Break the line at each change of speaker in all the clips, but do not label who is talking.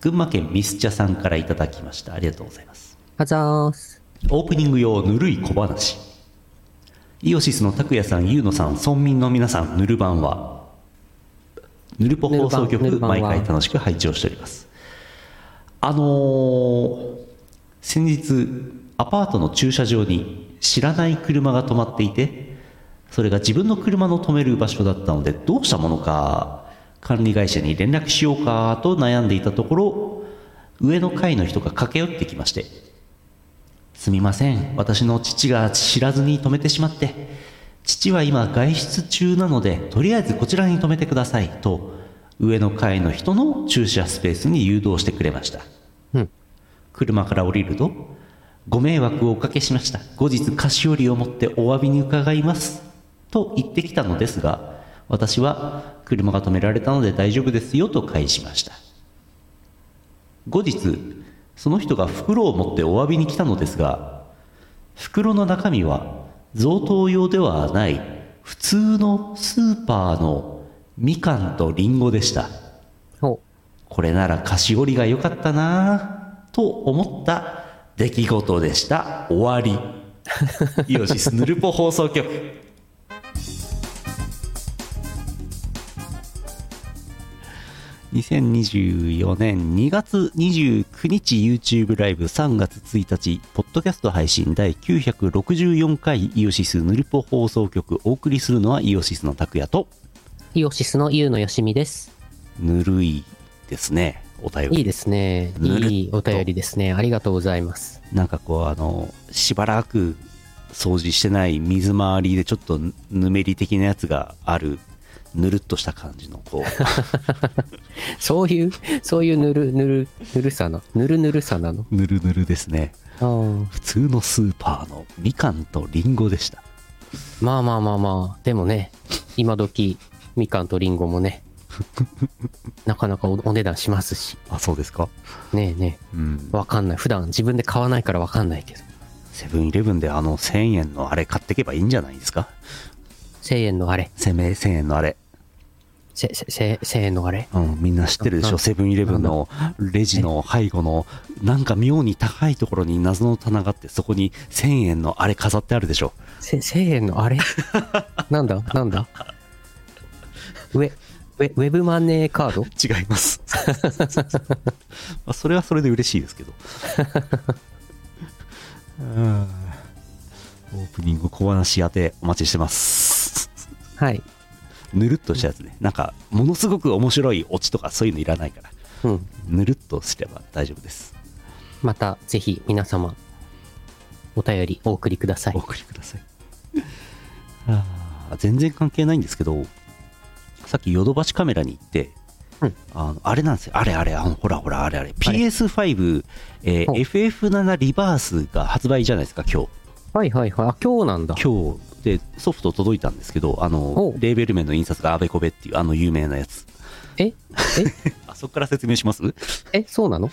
群馬県ミスチャさんからいただきましたありがとうございます
あざーす。
オープニング用ぬるい小話イオシスの拓也さんゆうのさん村民の皆さんぬるばんはぬるぽ放送局
ぬるばん
毎
ぬるばんは
回楽しく配置をしておりますあのー先日アパートの駐車場に知らない車が止まっていてそれが自分の車の止める場所だったのでどうしたものか管理会社に連絡しようかと悩んでいたところ上の階の人が駆け寄ってきましてすみません私の父が知らずに止めてしまって父は今外出中なのでとりあえずこちらに止めてくださいと上の階の人の駐車スペースに誘導してくれました
うん。
車から降りるとご迷惑をおかけしました後日菓子折りを持ってお詫びに伺いますと言ってきたのですが私は車が止められたので大丈夫ですよと返しました後日その人が袋を持ってお詫びに来たのですが袋の中身は贈答用ではない普通のスーパーのみかんとりんごでした
ほ
これなら菓子折りが良かったなぁと思った出来事でした終わりイオシスヌルポ放送局2024年2月29日 YouTube ライブ3月1日ポッドキャスト配信第964回イオシスヌルポ放送局お送りするのはイオシスの拓也と
う。イオシスのゆうのよしみです。
ぬるいですねお便り
いいですね。
ぬるっと
いいお便りですね。ありがとうございます。
なんかこうあのしばらく掃除してない水回りでちょっとぬめり的なやつがあるぬるっとした感じのこう
そういう、そういうぬるぬる、ぬるさな、ぬるぬるさなの。
ぬるぬるですね
あ
普通のスーパーのみかんとりんごでした
あ。まあまあまあまあ。でもね、今時、みかんとりんごも ね、なかなかおお値段しますし。
あそうですか
ねえね
うん
え。わかんない。普段自分で買わないからわかんないけど。
セブンイレブンであの1000円のあれ買ってけばいいんじゃないですか
1000円のあれ。
せめ1000円のあれ
せ、せ、せ、1000円のあれ。
うん、みんな知ってるでし
な
ょセブンイレブンのレジの背後のなんか妙に高いところに謎の棚があってそこに1000円のあれ飾ってあるでしょ
せ、1000円 のあれなんだなんだウェ、ウェ、ウェブマネーカード
違い ます。まあそれはそれで嬉しいですけど。うんオープニング小話当てお待ちしてます。
はい。
ぬるっとしたやつね。なんか、ものすごく面白いオチとかそういうのいらないから、
うん。
ぬるっとすれば大丈夫です。
また、ぜひ、皆様、お便りお送りください
お。送りください。 あー全然関係ないんですけど、さっきヨドバシカメラに行って、
うん
あのあれなんですよ、あれあれ、あのほらほら、あれあれ、PS5、えー
ほう
FF7 リバースが発売じゃないですか、今日
はいはいはい。あ、今日なんだ。
今日でソフト届いたんですけど、あの
ほう
レーベル名の印刷があべこべっていう、あの有名なやつ。
ええ
あそこから説明します
えそうなの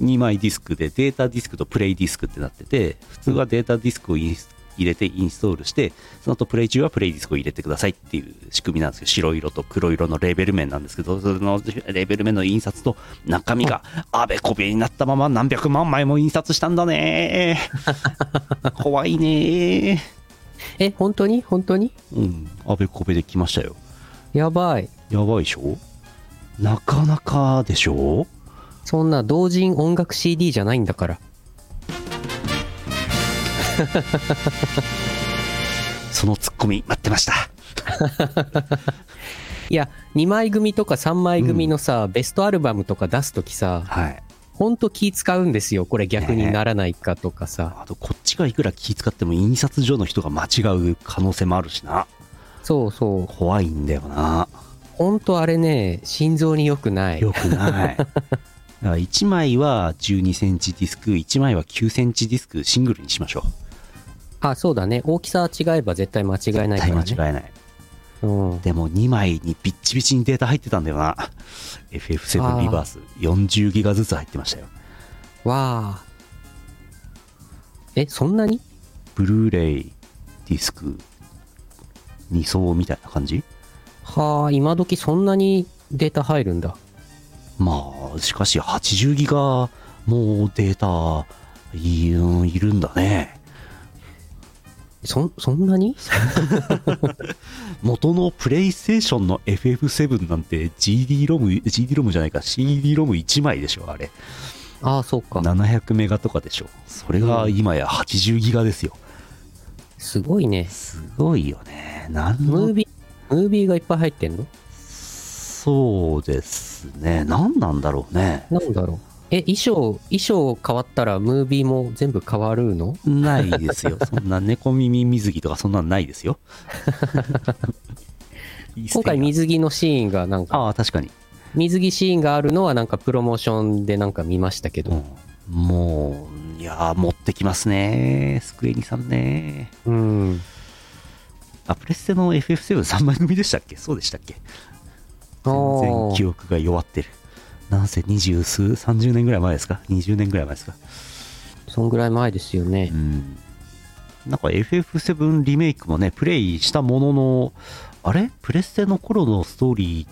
2枚ディスクでデータディスクとプレイディスクってなってて普通はデータディスクをインス入れてインストールしてその後プレイ中はプレイディスクを入れてくださいっていう仕組みなんですけど白色と黒色のレーベル面なんですけどそのレーベル面の印刷と中身があべこべになったまま何百万枚も印刷したんだね怖いね
え、本当に本当に
うんあべこべで来ましたよ
やばい。
やばいでしょなかなかでしょ
そんな、同人音楽 CD じゃないんだから。
そのツッコミ待ってました
いや、2枚組とか3枚組のさ、ベストアルバムとか出すときさ、
はい
ほんと気使うんですよ。これ逆にならないかとかさ。
あとこっちがいくら気使っても印刷所の人が間違う可能性もあるしな
そうそう。
怖いんだよな
ほんとあれね、心臓に良くない。
よくない だから1枚は1 2センチディスク1枚は9センチディスクシングルにしましょう
あ、そうだね。大きさは違えば絶対間違いな
絶
いか
対
ら
間
ね。
違えない
うん。
でも2枚にビッチビチにデータ入ってたんだよな FF7
あー
リバース40ギガずつ入ってましたよ
わあ。え、そんなに
ブルーレイディスク2層みたいな感じ
はあ、今時そんなにデータ入るんだ。
まあしかし80ギガもデータいうんいるんだね
そん、そんな に
元のプレイステーションの FF7 なんて GD ロム GD ロムじゃないか CD ロム1枚でしょあれ
ああ、そうか。
700メガとかでしょそれが今や80ギガですよ
すごいね。
すごいよねなん
ムー
の
ビー、ムービーがいっぱい入ってんの
そうですね何なんだろうね
なんだろう。え、衣装、衣装変わったらムービーも全部変わるの
ないですよ そんな猫耳水着とかそんなんないです よ
今回水着のシーンがなんか、
ああ確かに
水着シーンがあるのはなんかプロモーションでなんか見ましたけど。
うんもういやー持ってきますねスクエニさんね
うん。
あプレステの FF73 枚組でしたっけそうでしたっけ
あ
全
ー
然記憶が弱ってるなんせ二十数30年ぐらい前ですか20年ぐらい前ですか
そんぐらい前ですよね
う。んなんか FF7 リメイクもねプレイしたもののあれプレステの頃のストーリー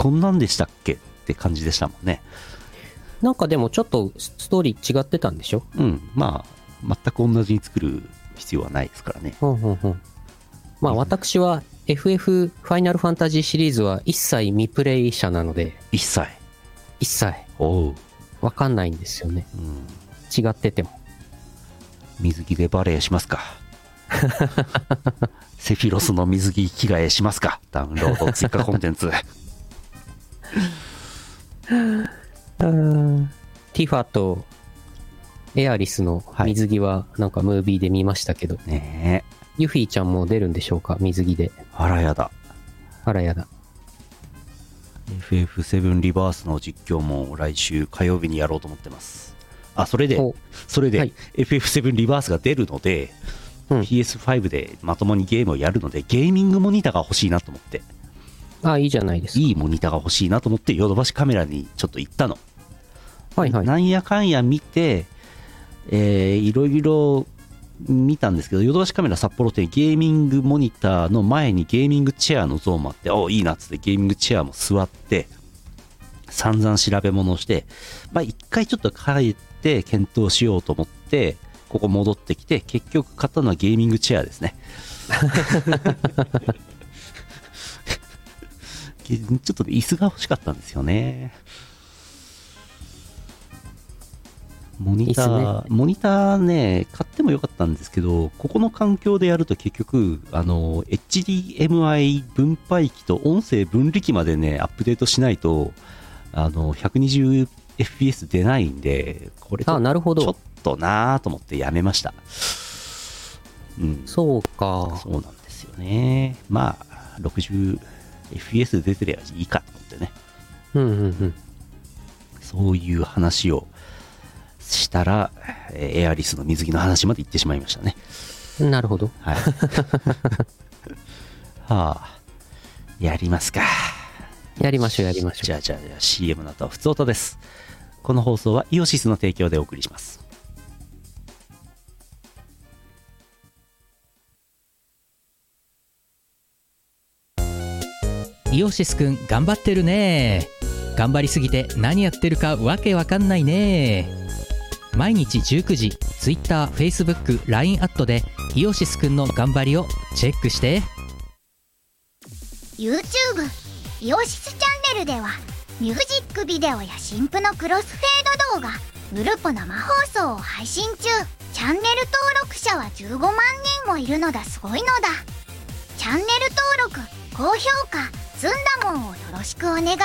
こんなんでしたっけって感じでしたもんね
なんかでもちょっとストーリー違ってたんでしょ
うんまあ全く同じに作る必要はないですからね
うんうんうん。まあ私は FF ファイナルファンタジーシリーズは一切未プレイ者なので、
一切
一切
おう、
わかんないんですよね。
うん、
違ってても。
水着でバレエし ますかセフィロスの水着着替えしますかダウンロード追加コンテンツ
ティファとエアリスの水着はなんかムービーで見ましたけど、
ねえ
ユフィちゃんも出るんでしょうか水着で。
あらやだ
あらやだ。
FF7 リバースの実況も来週火曜日にやろうと思ってますあそれで
お
それで、
はい
FF7 リバースが出るので、
うん
PS5 でまともにゲームをやるのでゲーミングモニターが欲しいなと思って
あ、いいじゃないですか。
いいモニターが欲しいなと思ってヨドバシカメラにちょっと行ったの
はいはい。
なんやかんや見て、えーいろいろ見たんですけど、ヨドバシカメラ札幌店ゲーミングモニターの前にゲーミングチェアのゾーンもあって、おいいなっつってゲーミングチェアも座って、散々調べ物をして、まあ一回ちょっと帰って検討しようと思って、ここ戻ってきて、結局買ったのはゲーミングチェアですね。 ちょっと椅子が欲しかったんですよね。モニタ
椅
ー、モニターね、買ってもよかったんですけど、ここの環境でやると結局、あの、HDMI 分配器と音声分離器までね、アップデートしないと、あの、120fps 出ないんで、これちょ
あ、
っ
なるほ
とちょっ
ど。
となぁと思ってやめました。うん、
そうか。
そうなんですよね。まあ、60fps 出てりゃいいかと思ってね。
うんうんうん。
そういう話をしたら、えーエアリスの水着の話まで行ってしまいましたね。
なるほど。
はい。はあ、やりますか。
やりましょう、やりまし
じ
ょ
ゃあじゃあじゃあ CM の後はふつおたです。この放送はイオシスの提供でお送りします。
イオシスくん頑張ってるね頑張りすぎて何やってるかわけわかんないね毎日19時 TwitterFacebookLINE アットでイオシスくんの頑張りをチェックして
YouTube イオシスチャンネルではミュージックビデオや新婦のクロスフェード動画ヌルポ生放送を配信中チャンネル登録者は15万人もいるのだすごいのだチャンネル登録高評価ずんだもんをよろしくお願いするのだ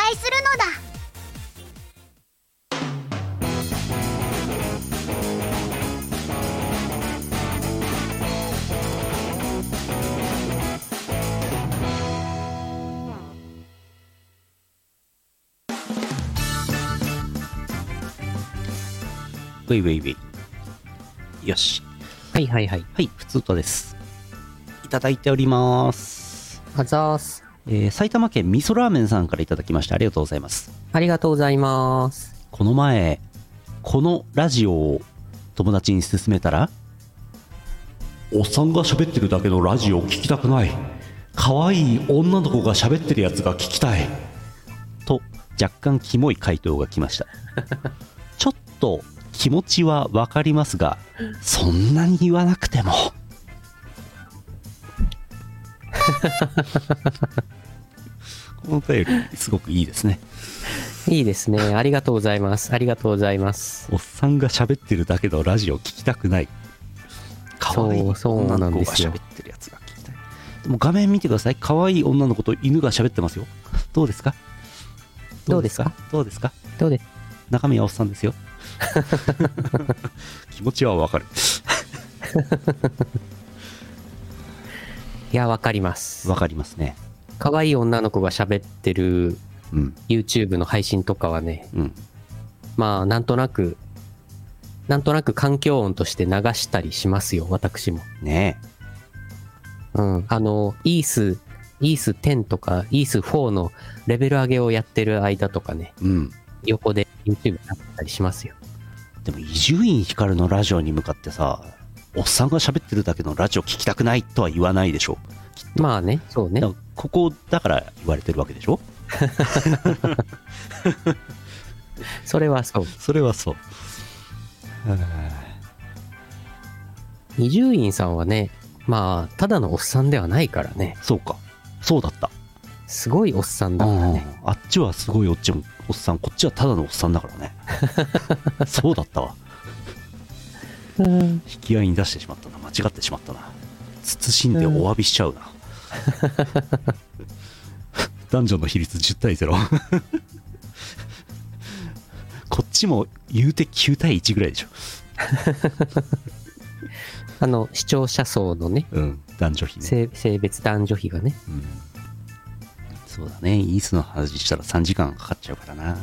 ウェイウェイウェイ。よし。
う。はいはいはい。
はい、ふつおたです。いただいております。
あざーす。
えー埼玉県味噌ラーメンさんからいただきましてありがとうございます。
ありがとうございます。
この前このラジオを友達に勧めたらおっさんが喋ってるだけのラジオを聞きたくない可愛い女の子が喋ってるやつが聞きたいと若干キモい回答が来ましたちょっと気持ちはわかりますがそんなに言わなくても この便りすごくいいですね
いいですね。ありがとうございます。ありがとうございます。
おっさんが喋ってるだけのラジオ聞きたくない可愛い
そうそう
女
な
の子
んで
が
すよ
喋ってるやつが聞きたいでも画面見てください可愛い女の子と犬が喋ってますよどうですか
どうですか
どうですか
どうで
中身はおっさんです よ気持ちはわかる
いや、わかります
わ。かりますね
可愛い女の子が喋ってる
うん
YouTube の配信とかはね、
うん
まあ、なんとなく、なんとなく環境音として流したりしますよ、私も。
ね
うん。あの、イース、イース10とか、イース4のレベル上げをやってる間とかね、
えうん
横で YouTube やったりしますよ。
でも伊集院光のラジオに向かってさおっさんが喋ってるだけのラジオ聞きたくないとは言わないでしょ
まあね、そうね
だ。からここだから言われてるわけでしょ
それはそう。
それはそう
伊集院さんはね、まあ、ただのおっさんではないからね。
そうかそうだった
すごいおっさんだからね。
あっちはすごいおっちもおっさんこっちはただのおっさんだから ねそうだったわ引き合いに出してしまったな間違ってしまったな慎んでお詫びしちゃ うな、男女の比率10対0こっちも言うて9対1ぐらいでしょ、
あの、視聴者層のね、
うん、男女比ね、
性性別男女比がね。
うんそうだねイースの話したら3時間かかっちゃうからな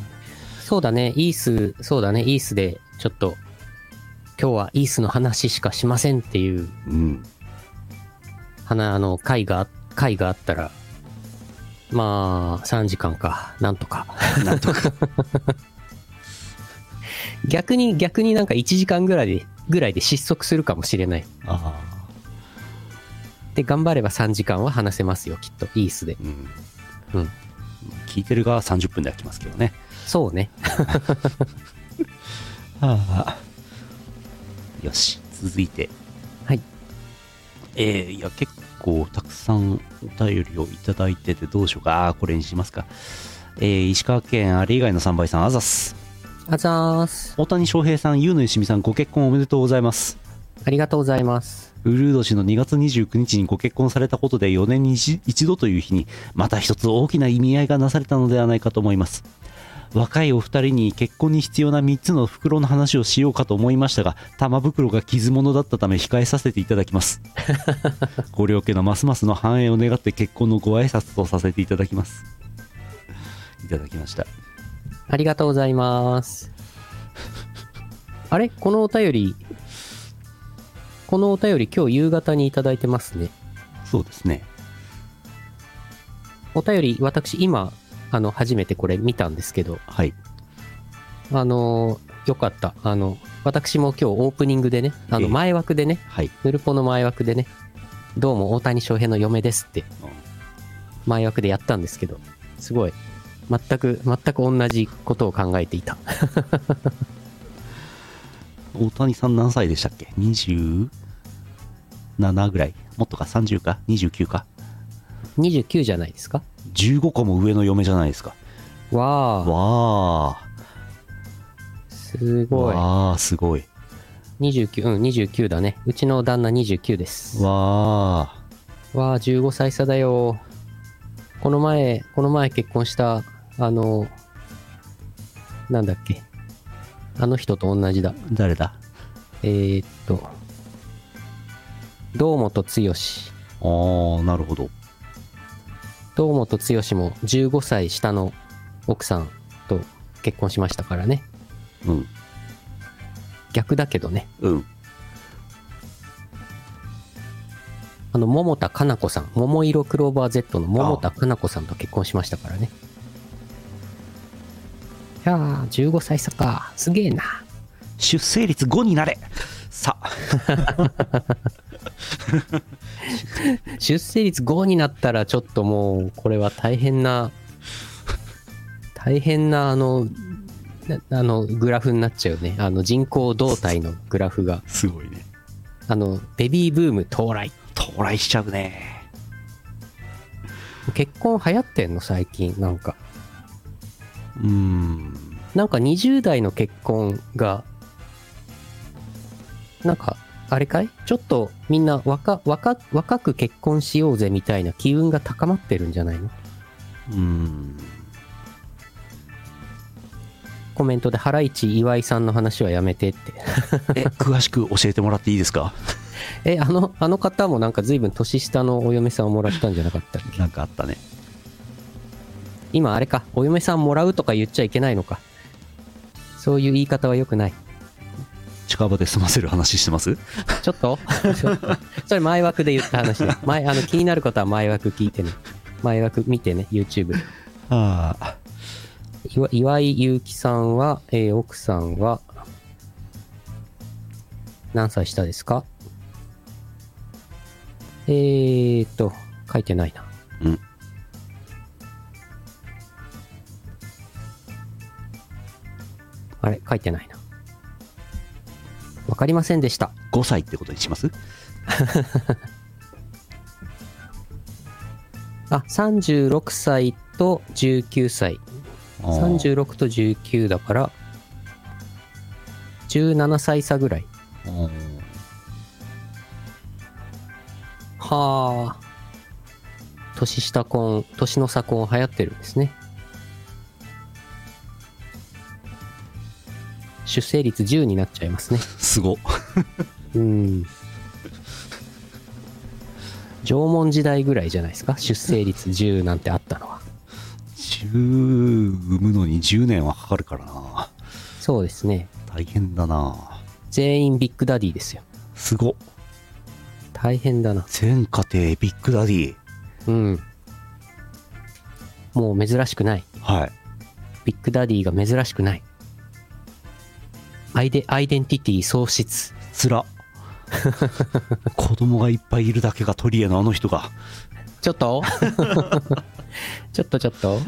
そうだね、イース、そうだね、イースで、ちょっと、今日はイースの話しかしませんっていう、
うん
花、あの、回が、回があったら、まあ、3時間か、なんとか。
なんとか
逆に、逆になんか1時間ぐらいで、ぐらいで失速するかもしれない。
ああ
で、頑張れば3時間は話せますよ、きっと、イースで。
うん
うん
聞いてる側は30分で飽きますけどね。
そうね。
よし、続いて。
はい。
えー、いや、結構たくさんお便りをいただいてて、どうしようか。あーこれにしますか。えー、石川県あれ以外の3倍さん、あざっす。
あざーす。
大谷翔平さん、ゆうのよしみさん、ご結婚おめでとうございます。
ありがとうございます。
ウルード氏の2月29日にご結婚されたことで4年に一一度という日にまた一つ大きな意味合いがなされたのではないかと思います若いお二人に結婚に必要な3つの袋の話をしようかと思いましたが玉袋が傷物だったため控えさせていただきますご両家のますますの繁栄を願って結婚のご挨拶とさせていただきますいただきました
ありがとうございます。あれこのお便り、このお便り今日夕方にいただいてますね。
そうですね
お便り、私今、あの、初めてこれ見たんですけど、
はい
あのーよかった。あの、私も今日オープニングでね、あ
え
の、
え
前枠でね、
はい
ヌルポの前枠でね、どうも大谷翔平の嫁ですって、前枠でやったんですけど、すごい、全く、全く同じことを考えていた。
大谷さん何歳でしたっけ ?27 ぐらいもっとか30か29か
29じゃないですか
15個も上の嫁じゃないですか
わあ、
わあ
すごい。
わあすごい
29、うん、29だね。うちの旦那29です。わ
わあ
あ、15歳差だよ。この前、この前結婚した、あの、なんだっけ。あの人と同じだ。
誰だ
えー、っと、堂本剛。
ああなるほど
堂本剛も15歳下の奥さんと結婚しましたからね。
うん
逆だけどね。
うん
あの、桃田かな子さん。桃色クローバー Z の桃田かな子さんと結婚しましたからね。いやー、15歳差か。すげえな。
出生率5になれさあ
出生率5になったらちょっともう、これは大変な、大変な、あの、なあの、グラフになっちゃうね。あの、人口動態のグラフが。
すごいね
あの、ベビーブーム到来。
到来しちゃうね
結婚流行ってんの最近。なんか。
うーん
なんか20代の結婚が、なんか、あれかいちょっとみんな若、若、若く結婚しようぜみたいな機運が高まってるんじゃないの
うーん
コメントで、ハライチ岩井さんの話はやめてって。
え詳しく教えてもらっていいですか
え、あの、あの方もなんか随分年下のお嫁さんをもらったんじゃなかったっけ
なんかあったね
今あれか、お嫁さんもらうとか言っちゃいけないのか。そういう言い方は良くない。
近場で済ませる話してます
ちょっと ちょっとそれ前枠で言った話ね。前、あの、気になることは前枠聞いてね。前枠見てね、YouTube で。
ああ
岩岩井勇気さんは、えー奥さんは何歳下ですかえーっと書いてないな
うん
あれ書いてないなわかりませんでした
5歳ってことにします
あ36歳と19歳36と19だから17歳差ぐらい
うん
はあ。年下婚、年の差婚流行ってるんですね。出生率10になっちゃいますね。
すご
うん。縄文時代ぐらいじゃないですか出生率10なんてあったのは。
10産むのに10年はかかるからな
そうですね。
大変だな
全員ビッグダディですよ。
すご
大変だな。
全家庭ビッグダディ
うん。もう珍しくない。
はい
ビッグダディが珍しくない。アイデアイデンティティ喪失。
つら子供がいっぱいいるだけがトリエのあの人が
ちょ っとちょっとちょっと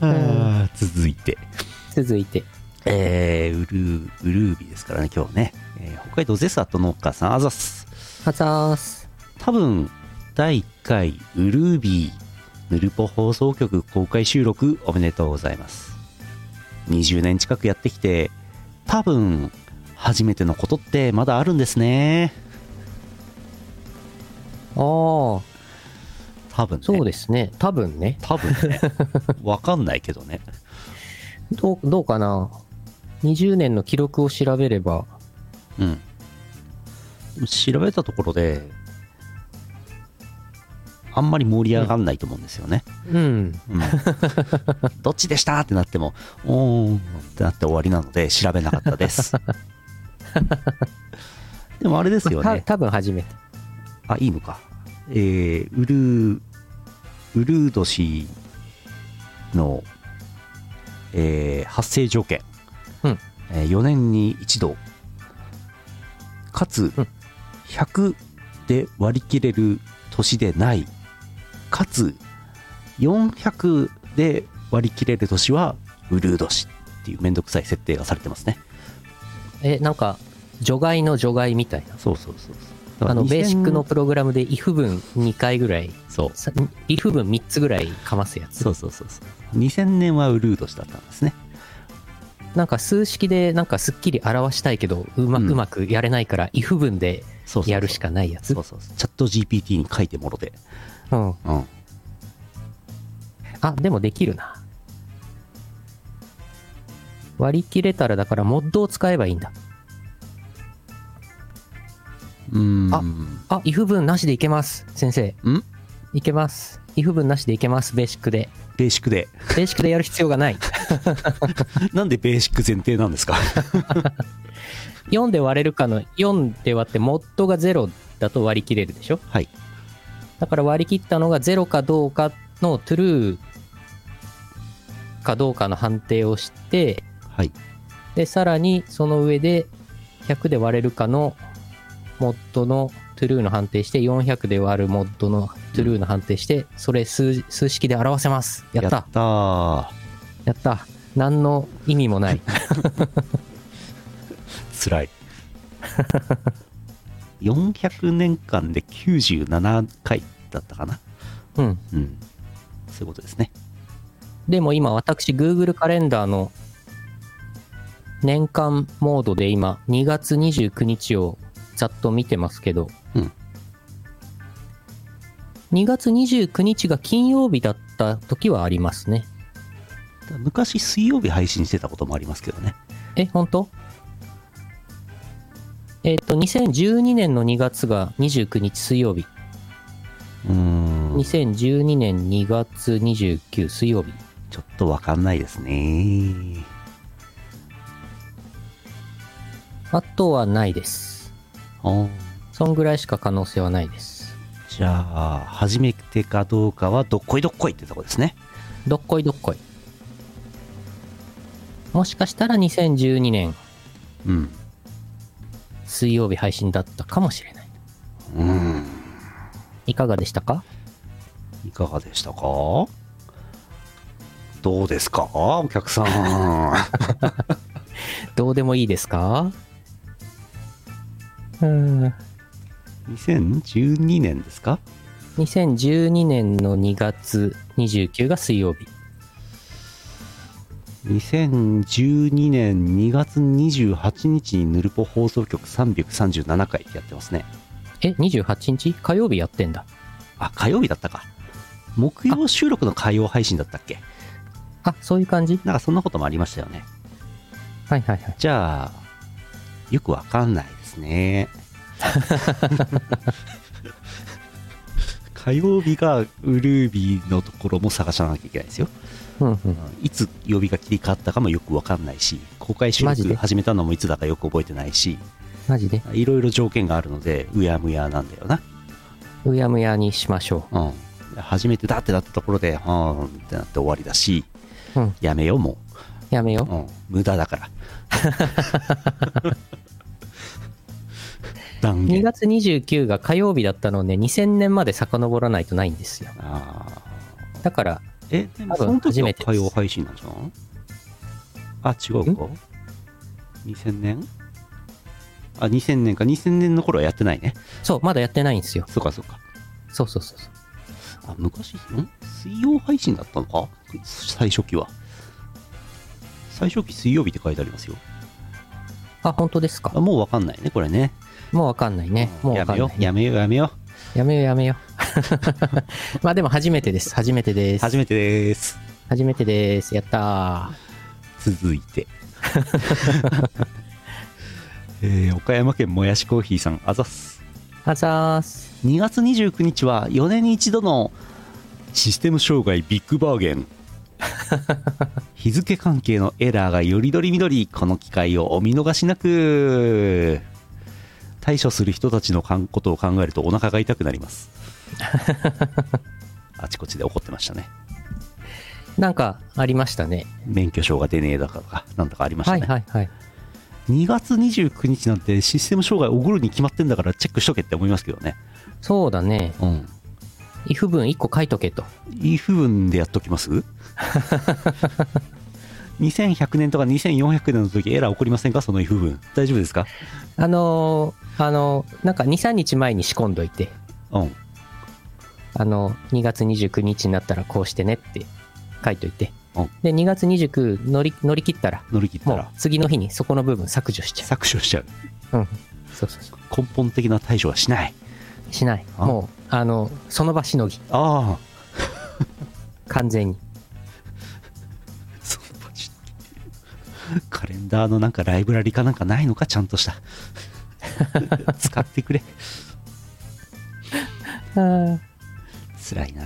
あー続いて
続いて。
えー、ウルーウルービーですからね今日ね、えー北海道ゼスアット農家さんあざっす
あざーす。
多分第1回ウルービーヌルポ放送局公開収録おめでとうございます20年近くやってきて多分初めてのことってまだあるんですね
ああ、そ
多分ね
うですね。多分ね。
多分 ねわかんないけどね
どう、どうかな。20年の記録を調べれば、
うん調べたところであんまり盛り上がんないと思うんですよね、
うん。
うんどっちでしたってなってもおーんってなって終わりなので調べなかったですでもあれですよ
た
ね
多分初めて。
あいいのかえー、ウルーウルー年の、えー発生条件、
うん
え4年に一度かつ
うん
100で割り切れる年でないかつ400で割り切れる年はウルー年っていうめんどくさい設定がされてますね
え、なんか、除外の除外みたいな。
そうそうそうそう
あの、
だから
ベーシックの
2000
プログラムで if 文2回ぐらい、
そう
さ if 文3つぐらいかますやつ。
そうそうそうそう2000年はウルー年だったんですね
なんか数式でなんかすっきり表したいけど、うま,、
うん
うまくやれないから、if 文で
そうそうそう
やるしかないやつ。
そうそうそうチャット GPT に書いてもろて
うん。
うん
あ、でもできるな。割り切れたら、だから、モッドを使えばいいんだ。
うん
ああ、if 文なしでいけます。先生。
ん
いけます。if 文なしでいけます。ベーシックで。
ベーシックで
ベーシックでやる必要がない。
なんでベーシック前提なんですか
4で割れるかの、4で割って、モッドが0だと割り切れるでしょ
はい
だから割り切ったのが0かどうかの true かどうかの判定をして、
はい
で、さらにその上で100で割れるかのモッドの true の判定して、400で割るモッドの true の判定して、それ数数式で表せます。やった
ー
やった。何の意味も ない。
つ らい400年間で97回だったかな
うん。
うんそういうことですね
でも今、私、Google カレンダーの年間モードで今、2月29日をざっと見てますけど、
うん
2月29日が金曜日だった時はありますね。
昔水曜日配信してたこともありますけどね
え、本当えっ、と、2012年の2月が29日水曜日。
うーん
2012年2月29水曜日。
ちょっとわかんないですね
あとはないです。
あー
そんぐらいしか可能性はないです。
じゃあ初めてかどうかはどっこいどっこいってとこですね
どっこいどっこい。もしかしたら2012年
うん
水曜日配信だったかもしれない。
うん
いかがでしたか
いかがでしたかどうですかお客さん
どうでもいいですかうーん。
2012年ですか
2012年の2月29が水曜日。
2012年2月28日にヌルポ放送局337回やってますね
え、28日火曜日やってんだ。
あ火曜日だったか木曜収録の火曜配信だったっけ
あ、そういう感じ
なんかそんなこともありましたよね
はいはいはい。
じゃあよくわかんないです ね火曜日がウルービーのところも探さなきゃいけないですよ
うんうん。
いつ曜日が切り替わったかもよくわかんないし公開収
マジ
録
で
始めたのもいつだかよく覚えてないし
マジで
いろいろ条件があるのでうやむやなんだよな
うやむやにしましょ
うん初めてだってなったところでうーんってなって終わりだし
う。うん。
やめようも
やめよう
う、。うん、無駄だから 断
2
言
月29が火曜日だったので、2000年まで遡らないとないんですよ。
ああ
だから、
えでも
多分
その時
初
は
めてで
火
す
曜配信なんじゃんあ違うか2000年あ2000年か2000年の頃はやってないね
そう、まだやってないんですよ。
そうかそうか
そうそうそうそう。
あ昔ん水曜配信だったのか最初期は最初期水曜日って書いてありますよ
あ、本当ですか
あ。もうわかんないねこれね
もうわかんないね。もう
や
わか
め
んな
よ
いう
やめようやめよ
やめようやめよう。 まあでも初めてです。初めてで
う
す。
初めてです
初めてです。やった
続いて えー岡山県もやしコーヒーさんあざっす
ー。あざーす。
2月29日は4年に一度のシステム障害ビッグバーゲ ン日付関係のエラーがよりどりみどりこの機会をお見逃しなく対処する人たちのかんことを考えるとお腹が痛くなります あちこちで怒ってましたね
なんかありましたね。
免許証が出ねえだとかなんだかありました
は
ね、
いはいはい。
2月29日なんてシステム障害起こるに決まってんだからチェックしとけって思いますけどね
そうだね。
うん
if 文1個書いとけと。
if 文でやっときます 2100年とか2400年の時エラー起こりませんかその if 文大丈夫ですか
あのー、あのー、なんか2、3日前に仕込んどいて、
うん
あの、2月29日になったらこうしてねって書いといて
うん。
で、2月29乗り乗り切ったら、
乗り切った
もう
ら
次の日にそこの部分削除しちゃ
削除しちゃう
う。うん。そうそうそう。
根本的な対処はしない
しない。
あ
もう、あの、その場しのぎ。
ああ
完全に。
そのパチッカレンダーのなんかライブラリかなんかないのかちゃんとした 使ってくれ
あ
辛いな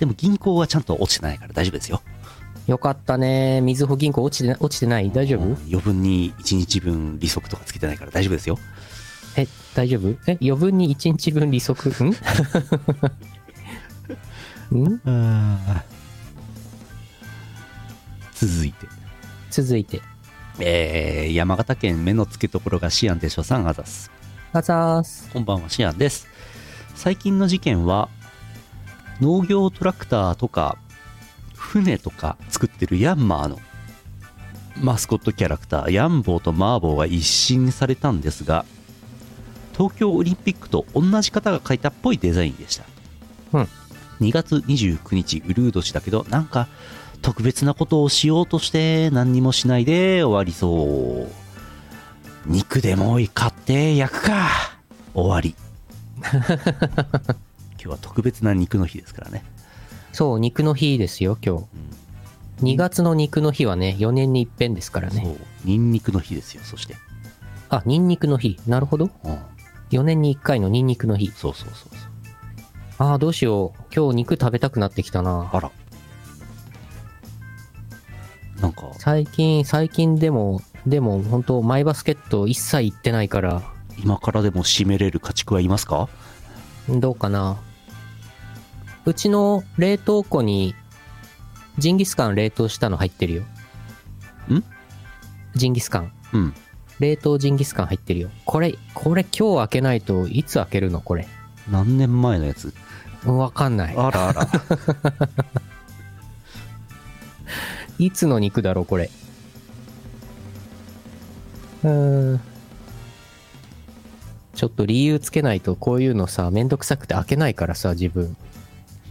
でも銀行はちゃんと落ちてないから大丈夫ですよ
よかったね。みずほ銀行落ちてな落ちてない大丈
うん
夫
余分に1日分利息とかつけてないから大丈夫ですよ
え、大丈夫え、余分に1日分 利息んん
続いて
続いて。
えー山形県目の付けどころがシアンでしょさんあざす
あざーす。
こんばんはシアンです最近の事件は農業トラクターとか船とか作ってるヤンマーのマスコットキャラクターヤンボーとマーボーが一新されたんですが東京オリンピックと同じ方が描いたっぽいデザインでした、
うん
2月29日ウルー年だけどなんか特別なことをしようとして何にもしないで終わりそう肉でも買って焼くか終わ り今日は特別な肉の日ですからね
そう、肉の日ですよ、今日。2月の肉の日はね、4年に一遍ですから
そ
ね。
うニンニクの日ですよそして、
あ、ニンニクの日。なるほど。
うん、
4年に1回のニンニクの日。
そうそうそうそう
ああ、どうしよう。今日肉食べたくなってきたな。
あらなんか
最近、最近でも、でも本当マイバスケット一切行ってないから、
今からでも締めれる家畜はいますか
どうかな。うちの冷凍庫に、ジンギスカン冷凍したの入ってるよ。
ん
ジンギスカン。
うん
冷凍ジンギスカン入ってるよ。これ、これ今日開けないといつ開けるのこれ。
何年前のやつ
うんわかんない。
あらあら
いつの肉だろうこれ。うーん。ちょっと理由つけないとこういうのさ、めんどくさくて開けないからさ、自分。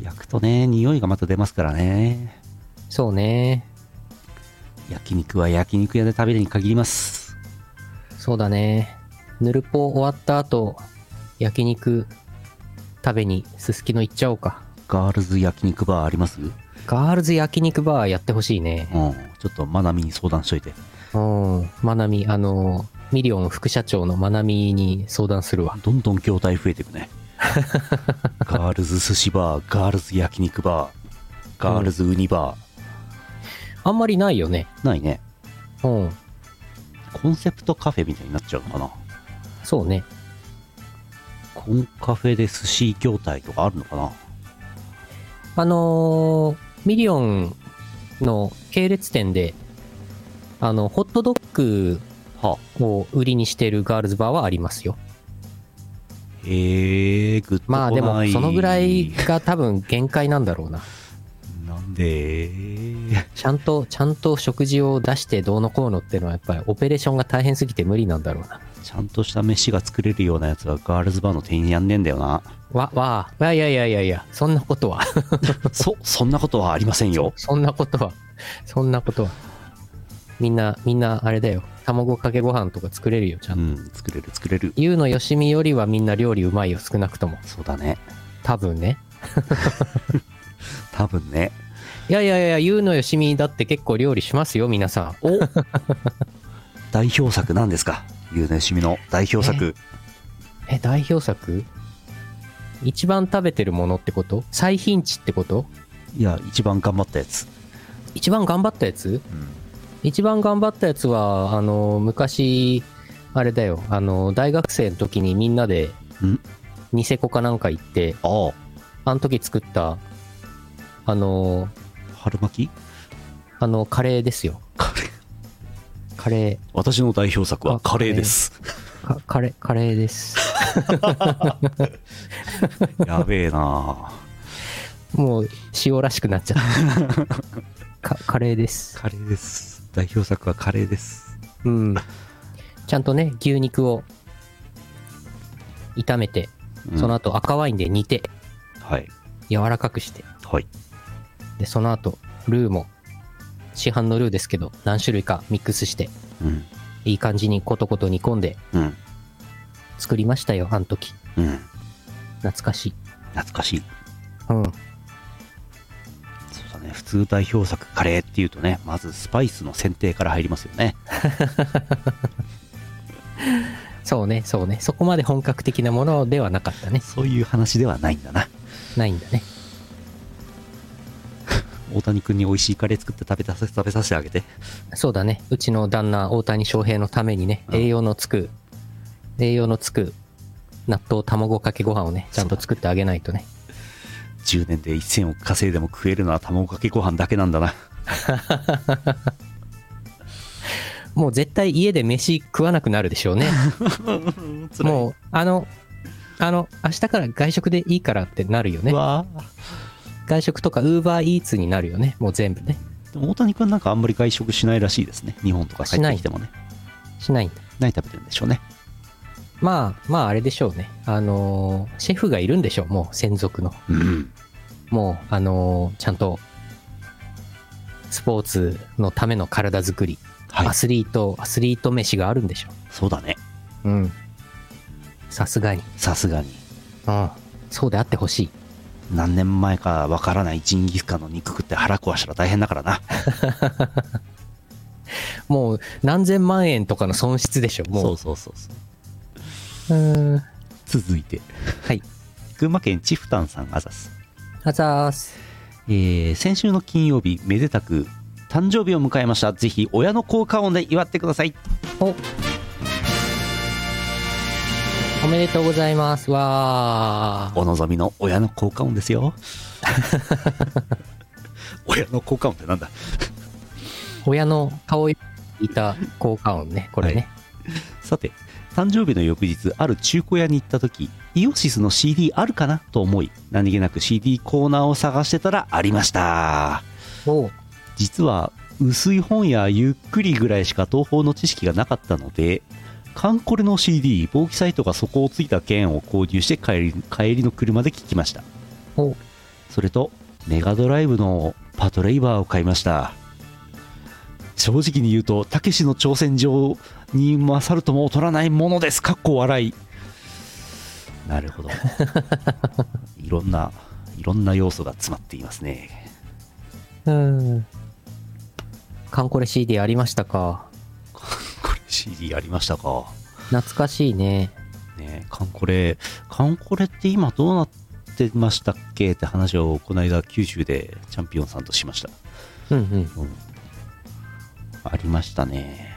焼くとね匂いがまた出ますからね
そうね。
焼肉は焼肉屋で食べるに限ります
そうだね。ぬるぽ終わった後、焼肉食べにすすきの行っちゃおうか。
ガールズ焼肉バーありますうん
ガールズ焼肉バーやってほしいね。
ちょっとマナミに相談しといて
うん。まなみ、あの、ミリオン副社長のまなみに相談するわ。
どんどん筐体増えてい くねガールズ寿司バーガールズ焼肉バーガールズウニバー、
あんまりないよね。
ないね
うん。
コンセプトカフェみたいになっちゃうのかな
そうね。
コンカフェで寿司業態とかあるのかな
あのーミリオンの系列店で、あの、ホットドッグ
はあ
を売りにしてるガールズバーはありますよ。
へえグッとこない
まあでも、そのぐらいが多分限界なんだろうな。
なんで
ちゃんと、ちゃんと食事を出してどうのこうのってのはやっぱりオペレーションが大変すぎて無理なんだろうな。
ちゃんとした飯が作れるようなやつはガールズバーの店員やんねえんだよ な
わ、わあ、いやいやいやいやいや、そんなことは、
そそんなことはありませんよ
そんなことは、そんなことは。みんな、みんなあれだよ。卵かけご飯とか作れるよ、ちゃ
うん
と。
ん作れる作れる
ゆうのよしみよりはみんな料理うまいよ、少なくとも。
そうだね
多分ね。
多分ね
いやいやいや、ゆうのよしみだって結構料理しますよ、皆さん。
お 代表作なんですかゆうねしみの代表作
え、代表作一番食べてるものってこと最貧値ってこと
いや一番頑張ったやつ、
一番頑張ったやつ
うん、
一番頑張ったやつは、あの、昔、あれだよ、あの、大学生の時にみんなで
ん、
ニセコかなんか行って、
あ
あの時作った、あの、
あ春巻き
あの、カレーですよ。
カレー
カレ
私の代表作はカレーです
ー、かカレー、カレーです。
やべえな
もう、塩らしくなっち ゃった。かカレーです。
カレーです代表作はカレーです
うん。ちゃんとね、牛肉を炒めて、
うん
その後赤ワインで煮て、
はい
柔らかくして、
はい
で、その後、ルーも、市販のルーですけど、何種類かミックスして、
うん
いい感じにコトコト煮込んで
うん
作りましたよ、あの時。
うん
懐かしい。
懐かしい
うん。
そうだね普通代表作カレーっていうとねまずスパイスの選定から入りますよね
そうね、そうね。そこまで本格的なものではなかったね。
そういう話ではないんだな
ないんだね。
大谷君に美味しいカレー作って食べたせ食べさせてあげて
そうだね。うちの旦那、大谷翔平のためにね、
うん
栄養のつく、栄養のつく、納豆卵かけご飯をね、ちゃんと作ってあげないとね。
10年で1000億稼いでも食えるのは卵かけご飯だけなんだな
もう絶対家で飯食わなくなるでしょうね。もう、あの、あの、明日から外食でいいからってなるよね
う。わ
外食とか Uber Eats になるよね。もう全部ね。
でも大谷君なんかあんまり外食しないらしいですね日本とか帰ってきてもね
しないんだ。
何食べてるんでしょうね
まあ、まああれでしょうね。あのーシェフがいるんでしょう。もう専属の。
うん
もう、あのーちゃんと、スポーツのための体づくり、
はい
アスリート、アスリート飯があるんでしょ
そうだね
う。うん。さすがに。
さすがに
うん。そうであってほしい。
何年前かわからないジンギスカンの肉食って腹壊したら大変だからな
もう、何千万円とかの損失でしょ。もう。
そうそうそう
うーん。
続いて
はい。
群馬県チフタンさんあざす
あざーす。
えー先週の金曜日めでたく誕生日を迎えましたぜひ親の効果音で祝ってください
おおめでとうございます。わー。
お望みの親の効果音ですよ 親の効果音ってなんだ
親の顔いた効果音ね、これね。
さて誕生日の翌日ある中古屋に行った時イオシスの CD あるかなと思い何気なく CD コーナーを探してたらありました
おう
実は薄い本やゆっくりぐらいしか東宝の知識がなかったのでカンコレの CD 防気サイトが底をついた剣を購入して帰り帰りの車で聴きました
お
それとメガドライブのパトレイバーを買いました正直に言うとたけしの挑戦状に勝るとも劣らないものですかっこ笑いなるほどいろんないろんな要素が詰まっていますね
うん。カンコレ CD ありましたか。
これ CD ありましたか
懐かしいね。
ねカンコレカンコレって今どうなってましたっけって話をこの間九州でチャンピオンさんとしました、
うんうん。
うんありましたね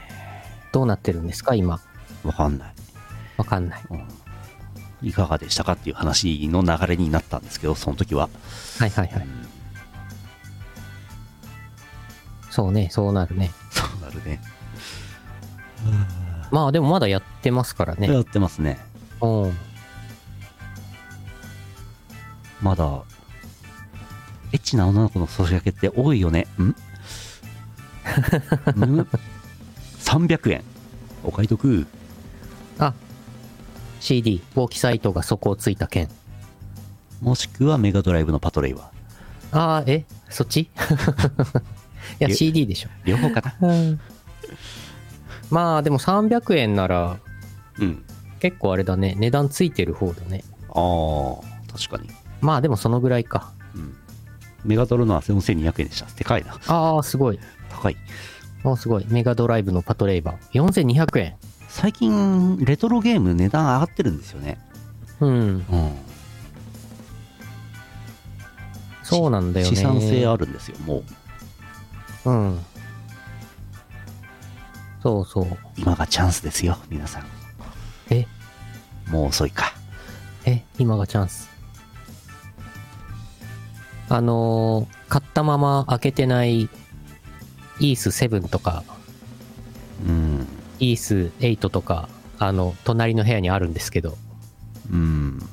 どうなってるんですか、今。
わかんない、
わかんない。
うん、いかがでしたかっていう話の流れになったんですけどその時は、
はいはいはい。そうね、そうなるね。
そうなるね
まあでもまだやってますからね。
やってますね
うん。
まだエッチな女の子のソシャゲって多いよねん ん ?300 円お買い得
あ、CD、大きサイトが底をついた件。
もしくはメガドライブのパトレイは
ああ、えそっ ちいや、
え
CD でしょ。
両方かな
まあでも300円なら
うん
結構あれだね値段ついてる方だね
ああ確かに、
まあでもそのぐらいか
うん、メガドラのは4200円でしたでかいな
ああすごい
高い
あーすごいメガドライブのパトレイバー4200円
最近レトロゲーム値段上がってるんですよね
うん
うん
そうなんだよね
資産性あるんですよもう
うんそうそう
今がチャンスですよ皆さん
え
もう遅いか
え今がチャンスあのー買ったまま開けてないイース7とか
うん
イース8とかあの隣の部屋にあるんですけど
うん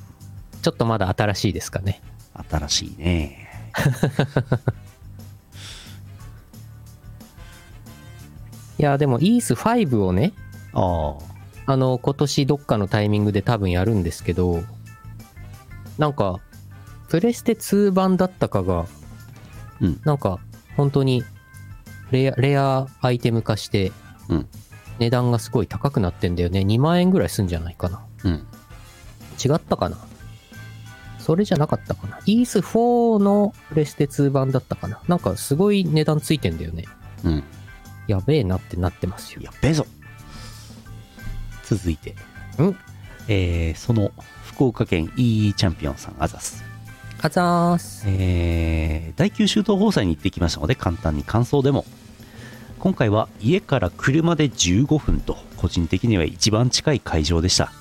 ちょっとまだ新しいですかね
新しいね
いやでもイース5をね
ああ
あの今年どっかのタイミングで多分やるんですけどなんかプレステ2版だったかが、
うん
なんか本当にレアレアアイテム化して、
うん
値段がすごい高くなってんだよね2万円ぐらいすんじゃないかな
うん
違ったかなそれじゃなかったかなイース4のプレステ2版だったかななんかすごい値段ついてんだよね
うん
やべえなってなってますよ
やっべえぞ続いて
うん
えーその福岡県 EE チャンピオンさんあざす、
あざーす
えー第9州東放祭に行ってきましたので簡単に感想でも今回は家から車で15分と個人的には一番近い会場でした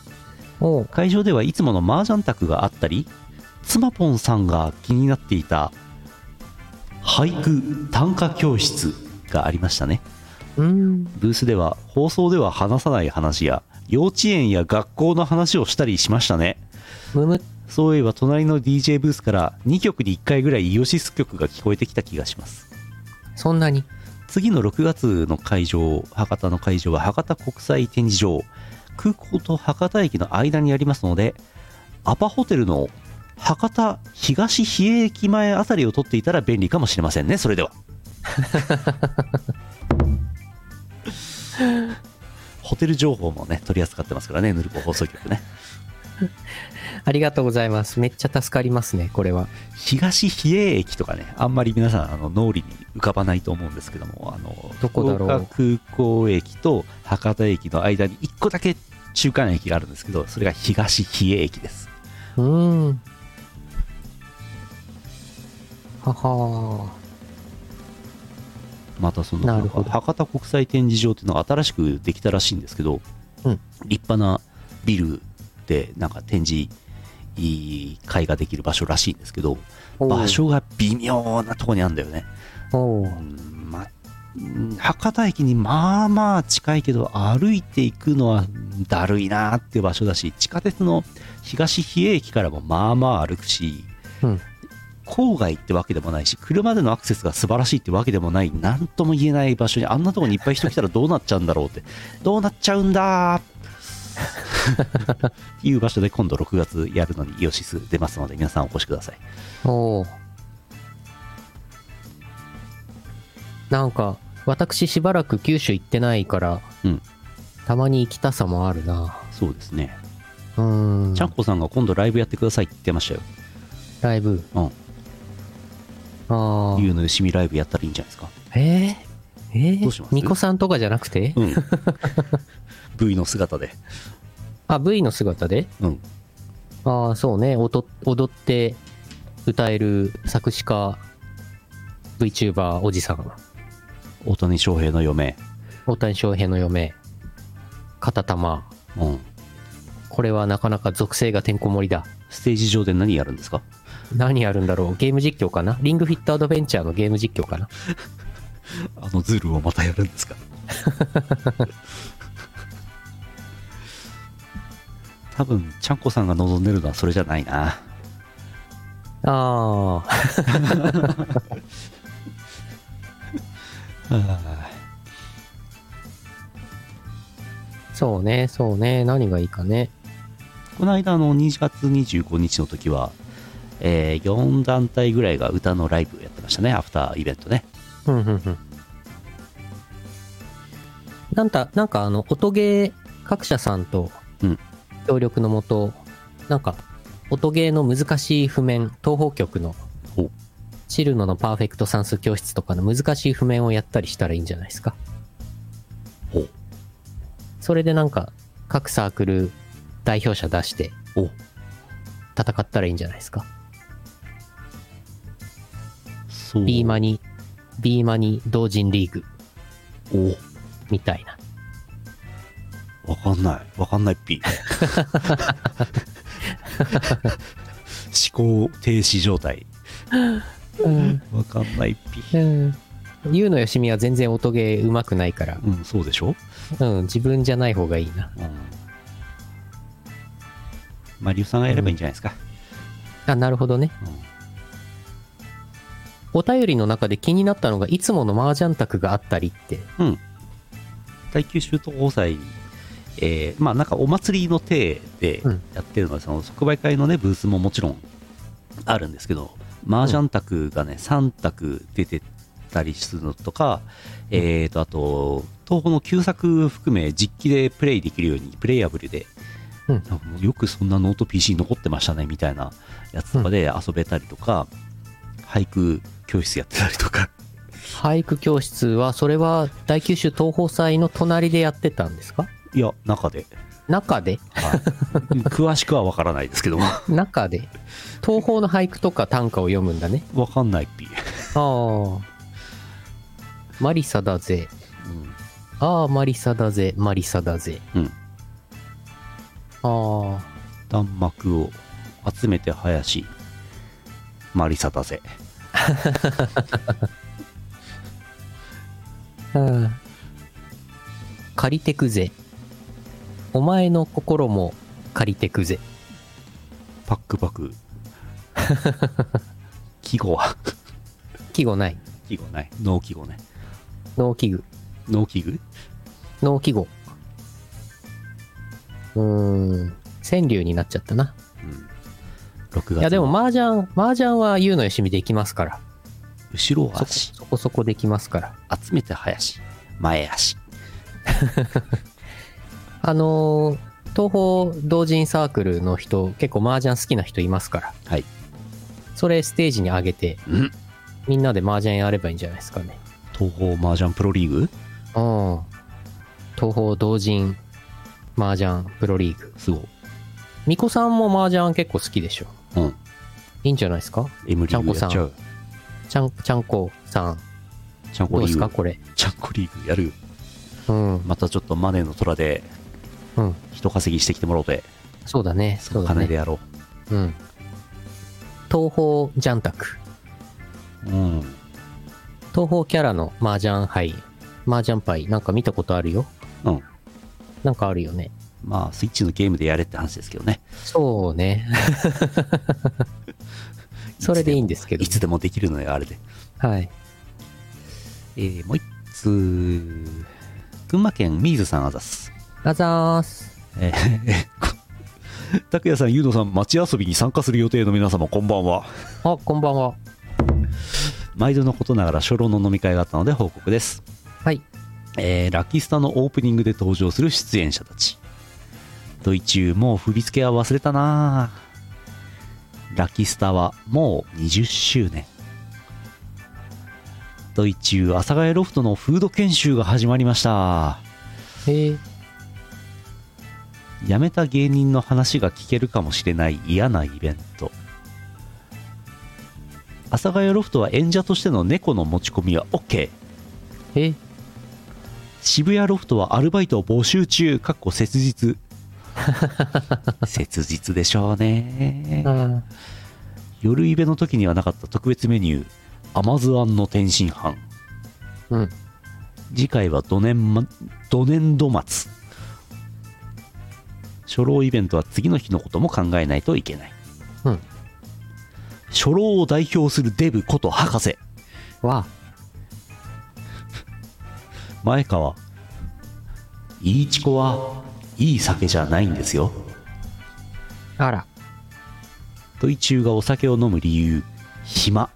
おう
会場ではいつもの麻雀卓があったり妻ぽんさんが気になっていた俳句短歌教室がありましたね
うん
ブースでは放送では話さない話や幼稚園や学校の話をしたりしましたね
むむ
そういえば隣の DJ ブースから2曲に1回ぐらいイオシス曲が聞こえてきた気がします
そんなに
次の6月の会場博多の会場は博多国際展示場空港と博多駅の間にありますのでアパホテルの博多東比叡駅前あたりを取っていたら便利かもしれませんねそれではホテル情報もね取り扱ってますからねヌルポ放送局ね
ありがとうございます。めっちゃ助かりますね、これは。
東比叡駅とかねあんまり皆さんあの脳裏に浮かばないと思うんですけどもあの
どこだろう
福岡空港駅と博多駅の間に1個だけ中間駅があるんですけどそれが東比叡駅です
うーん。はは
またその
なるほど
博多国際展示場っていうのが新しくできたらしいんですけど、
うん
立派なビルでなんか展示会ができる場所らしいんですけど
おう
場所が微妙なとこにあるんだよね
ー。お
う
ー
んまうん博多駅にまあまあ近いけど歩いていくのはだるいなっていう場所だし地下鉄の東比叡駅からもまあまあ歩くし、
うん
郊外ってわけでもないし車でのアクセスが素晴らしいってわけでもない何とも言えない場所にあんなとこにいっぱい人来たらどうなっちゃうんだろうってどうなっちゃうんだー っていう場所で今度6月やるのにイオシス出ますので皆さんお越しください
おー。なんか、私しばらく九州行ってないから、
うん
たまに行きたさもあるな。
そうですね
うーん
ちゃん。こさんが今度ライブやってくださいって言ってましたよ
ライブ。
うん
ああ。
ゆうのよしみライブやったらいいんじゃないですか。
えー、えー、
どうします
巫女さんとかじゃなくて
うん。V の姿で。
あ、V の姿で
うん。
ああ、そうね。踊踊って歌える作詞家、VTuber おじさん、
大谷翔平の嫁。
大谷翔平の嫁、片玉。
うん。
これはなかなか属性がてんこ盛りだ。
ステージ上で何やるんですか
何やるんだろうゲーム実況かなリングフィットアドベンチャーのゲーム実況かな
あのズルをまたやるんですか 多分ちゃんこさんが望んでるのはそれじゃないな
ああ、そうね、そうね。何がいいかね。
この間あの2月25日の時は、え4団体ぐらいが歌のライブをやってましたねアフターイベントね
うんうんうん。なんか、なんかあの、音ゲー各社さんと
うん
協力のもと、なんか、音ゲーの難しい譜面、東方局の
ほう、
チルノのパーフェクト算数教室とかの難しい譜面をやったりしたらいいんじゃないですか。
ほう
それでなんか、各サークル代表者出して、
お
戦ったらいいんじゃないですか。
そう
ビーマニ、ビーマニ同人リーグ
お
みたいな。
わかんない。わかんないっぴ。思考停止状態。
うん。
わかんないっぴ。
うん。ゆうのよしみは全然音ゲー上手くないから、
うん、そうでしょ、
うん、自分じゃない方がいいな。
うん、マリオさんがやればいいんじゃないですか。
あ、なるほどね。お便りの中で気になったのが、いつもの麻雀卓があったりって。
うん。うん、耐久シュート交際、えーまあなんかお祭りの体で
うん
やってるので、その即売会のね、ブースももちろんあるんですけど、麻雀卓がね、3卓出てたりするのとか、えー、とあと東宝の旧作含め実機でプレイできるようにプレイアブルで、
うん
なんかもうよくそんなノート PC 残ってましたねみたいなやつとかで遊べたりとか、俳句教室やってたりとか
俳句教室は、それは大九州東宝祭の隣でやってたんですか
いや中で、
中で
はい詳しくは分からないですけども
中で東宝の俳句とか短歌を読むんだね。
分かんないっぴ、
ああ。マリサだぜ。
うん
ああ、マリサだぜ。マリサだぜ。
うん
ああ。
弾幕を集めて林マリサだぜ
うん借りてくぜ。お前の心も借りてくぜ。
パックパ ク季語は
季語ない。
季語ない農季語ね
農機具。
農機具
農機具。うーん。川柳になっちゃったな。
うん6月
いや、でも麻雀、麻雀は優のよしみできますから。
後ろ
そこ
足
そこそこできますから。
集めて林前足
あのー東宝同人サークルの人、結構麻雀好きな人いますから。
はい
それステージに上げて、
うん
みんなで麻雀やればいいんじゃないですかね。
東方麻雀プロリーグ
うん。東宝同人麻雀プロリーグ。
すごい
ミコさんも麻雀結構好きでしょ。
うん
いいんじゃないですか
エムリーグやっちゃう
ちゃん、ちゃんこさん。
ちゃんこ
ど
リ
うです
ー
か
グ
これ。
ちゃんこリーグやる
うん。
またちょっとマネーの虎で
うん。
人稼ぎしてきてもらおうて
そうだね。そうだ
金で
ね。
やろ
うん。東宝ジャンタク。
ううん
東宝キャラの麻雀杯、麻雀牌なんか見たことあるよ。
うん
なんかあるよね。
まあスイッチのゲームでやれって話ですけどね
そうね。 それでいいんですけど
い。つでもできるのよあれで
はい。
えーもう一通群馬県ミーズさんあざっす
あざーす。
えー拓也さん、ゆうのさん、街遊びに参加する予定の皆様、こんばんは。
あ、こんばんは。
毎度のことながら、初老の飲み会があったので報告です。
はい。
えーラッキースタのオープニングで登場する出演者たちドイチューもう振り付けは忘れたなぁラッキースタはもう20周年ドイチュー阿佐ヶ谷ロフトのフード研修が始まりました
へえ。
辞めた芸人の話が聞けるかもしれない嫌なイベント阿佐ヶ谷ロフトは演者としての猫の持ち込みは OK
え、
渋谷ロフトはアルバイトを募集中かっこ切 実切実でしょうね
あ
夜イベの時にはなかった特別メニュー甘酢あんの天津飯
ーうん。
次回は土年,、ま、土年度末初老イベントは次の日のことも考えないといけない、
うん
初老を代表するデブこと博士
わ
前川いいチコはいい酒じゃないんですよ
あ、あら。
ドイチューがお酒を飲む理由暇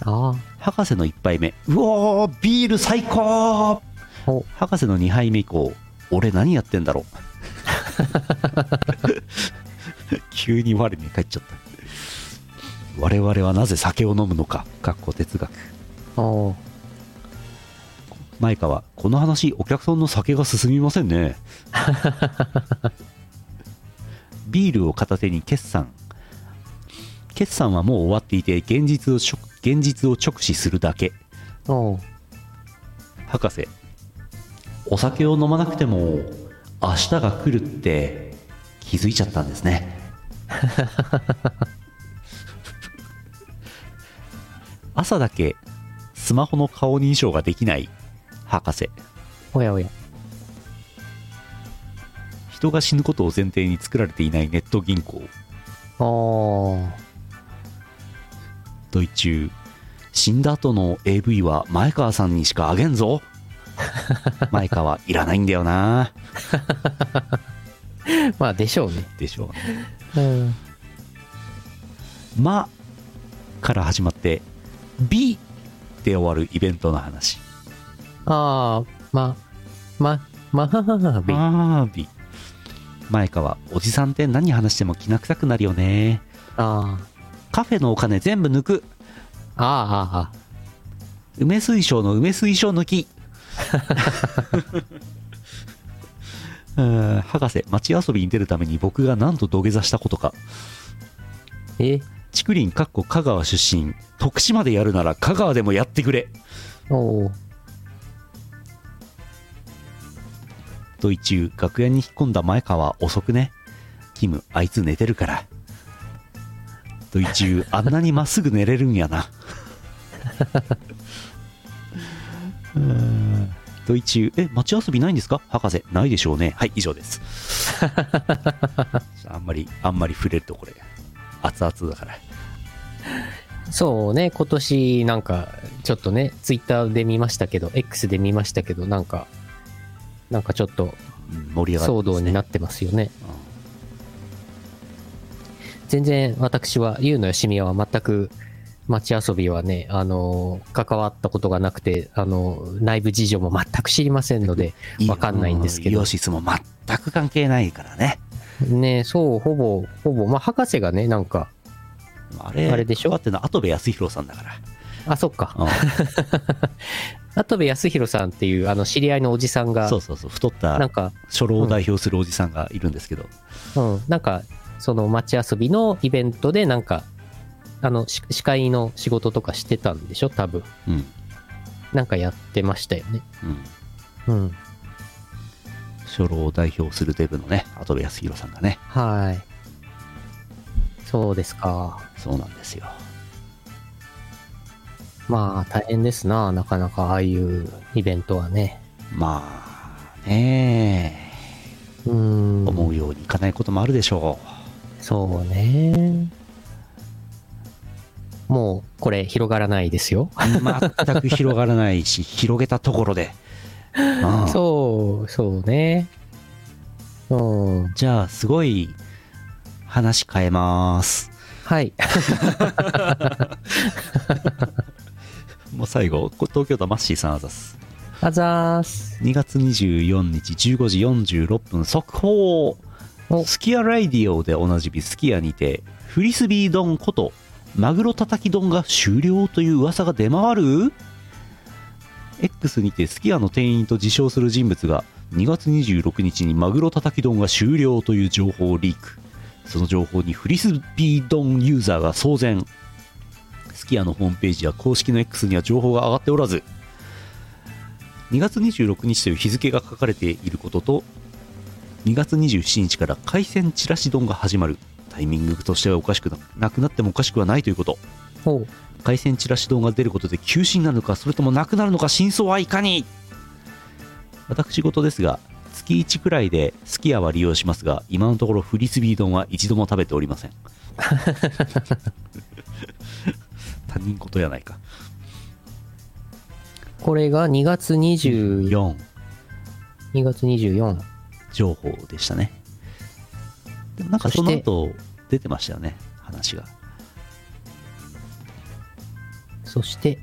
あ
博士の1杯目うおービール最高
あ。お、
博士の2杯目以降俺何やってんだろう 急に我に返っちゃった我々はなぜ酒を飲むのかかっこ哲学
おー
前川この話お客さんの酒が進みませんねビールを片手に決算決算はもう終わっていて現実をしょ現実を直視するだけ
おー
博士お酒を飲まなくても明日が来るって気づいちゃったんですね 朝だけスマホの顔認証ができない博士
おやおや。
人が死ぬことを前提に作られていないネット銀行
おー
ドイチュー死んだ後の AV は前川さんにしかあげんぞ前川いらないんだよな
まあ、でしょうね。
でしょうね
う
「
ん。
ま」から始まって「び」で終わるイベントの話
ああ、ま、ま、まははは
「
び。
ま」「び」前川おじさんって何話してもきな臭くなるよね
あー
カフェのお金全部抜く
あー、あーあ
梅水晶の梅水晶抜きうーん博士町遊びに出るために僕が何度土下座したことか
ー、え、
竹林かっこ香川出身徳島でやるなら香川でもやってくれ
おー
ドイチュー楽屋に引っ込んだ前川遅くねキムあいつ寝てるからドイチューあんなにまっすぐ 寝れるんやなうーん土井中え町遊びないんですか博士ないでしょうねはい以上です あんまりあんまり触れるとこれ熱々だから
そうね、今年なんか、ちょっとね、ツイッターで見ましたけど、X で見ましたけど、なんか、なんかちょっと
うん盛り上が
騒
ってま
動
す
に
ね
なってますよね。全然私は、ゆうのよしみやは全く街遊びはね、あのー関わったことがなくて、あのー内部事情も全く知りません ので、
う
わかんないんですけど
イオシスも全く関係ないからね
ね、そう、ほぼ、ほぼ、まあ、博士がね、なんか、
あれ
あれでしょ
関わってるのは後部康弘さんだから
あ、そっか、
うん
跡部康弘さんっていう、あの、知り合いのおじさんが
そ、うそうそう太っ
なん
た
か、
初老を代表するおじさんがいるんですけど、
うん、なんか、その街遊びのイベントで、なんか、あの、し司会の仕事とかしてたんでしょ多分。
うん
なんかやってましたよね。
うん、
うん。
初老を代表するデブのね後部康弘さんがね
はい。そうですか。
そうなんですよ
まあ、大変ですな。なかなか、ああいうイベントはね。
まあね
うーん。
思うようにいかないこともあるでしょ
そうね。もう、これ、広がらないですよ。
う、全く広がらないし 広げたところで、うん
そう、そうね。うん。
じゃあすごい話変えます
はい。
もう最後こ東京都マッシーさんあざす
あざーす。
2月24日15時46分速報
お
スキアライディオでおなじみスキヤにてフリスビー丼ことマグロたたき丼が終了という噂が出回る X にてスキヤの店員と自称する人物が2月26日にマグロたたき丼が終了という情報をリークその情報にフリスビー丼ユーザーが騒然スキヤのホームページや公式の X には情報が上がっておらず2月26日という日付が書かれていることと2月27日から海鮮ちらし丼が始まるタイミングとしてはおかしくななくなってもおかしくはないということ
おう
海鮮ちらし丼が出ることで休止になるのかそれともなくなるのか真相はいかに私事ですが月1くらいでスキヤは利用しますが今のところフリスビー丼は一度も食べておりません他人事やないか
これが2月24、
4
2月24。
情報でしたねでもなんかその
そして
後出てましたよね話が
そして、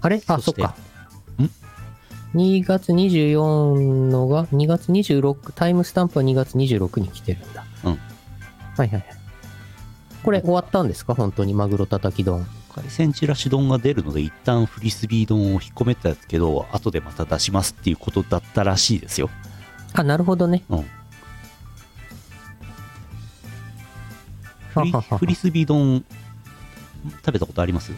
あれあ、
そ
そ
し
ってか。2月24のが、2月26、タイムスタンプは2月26に来てるんだ。
うん
はいはいはい。これ終わったんですか本当にマグロたたき丼。
海鮮ちらし丼が出るので一旦フリスビー丼を引っ込めたけど後でまた出しますっていうことだったらしいですよ
あ、なるほどね。
うんフ
は
リ
はは
フリスビー丼食べたことあります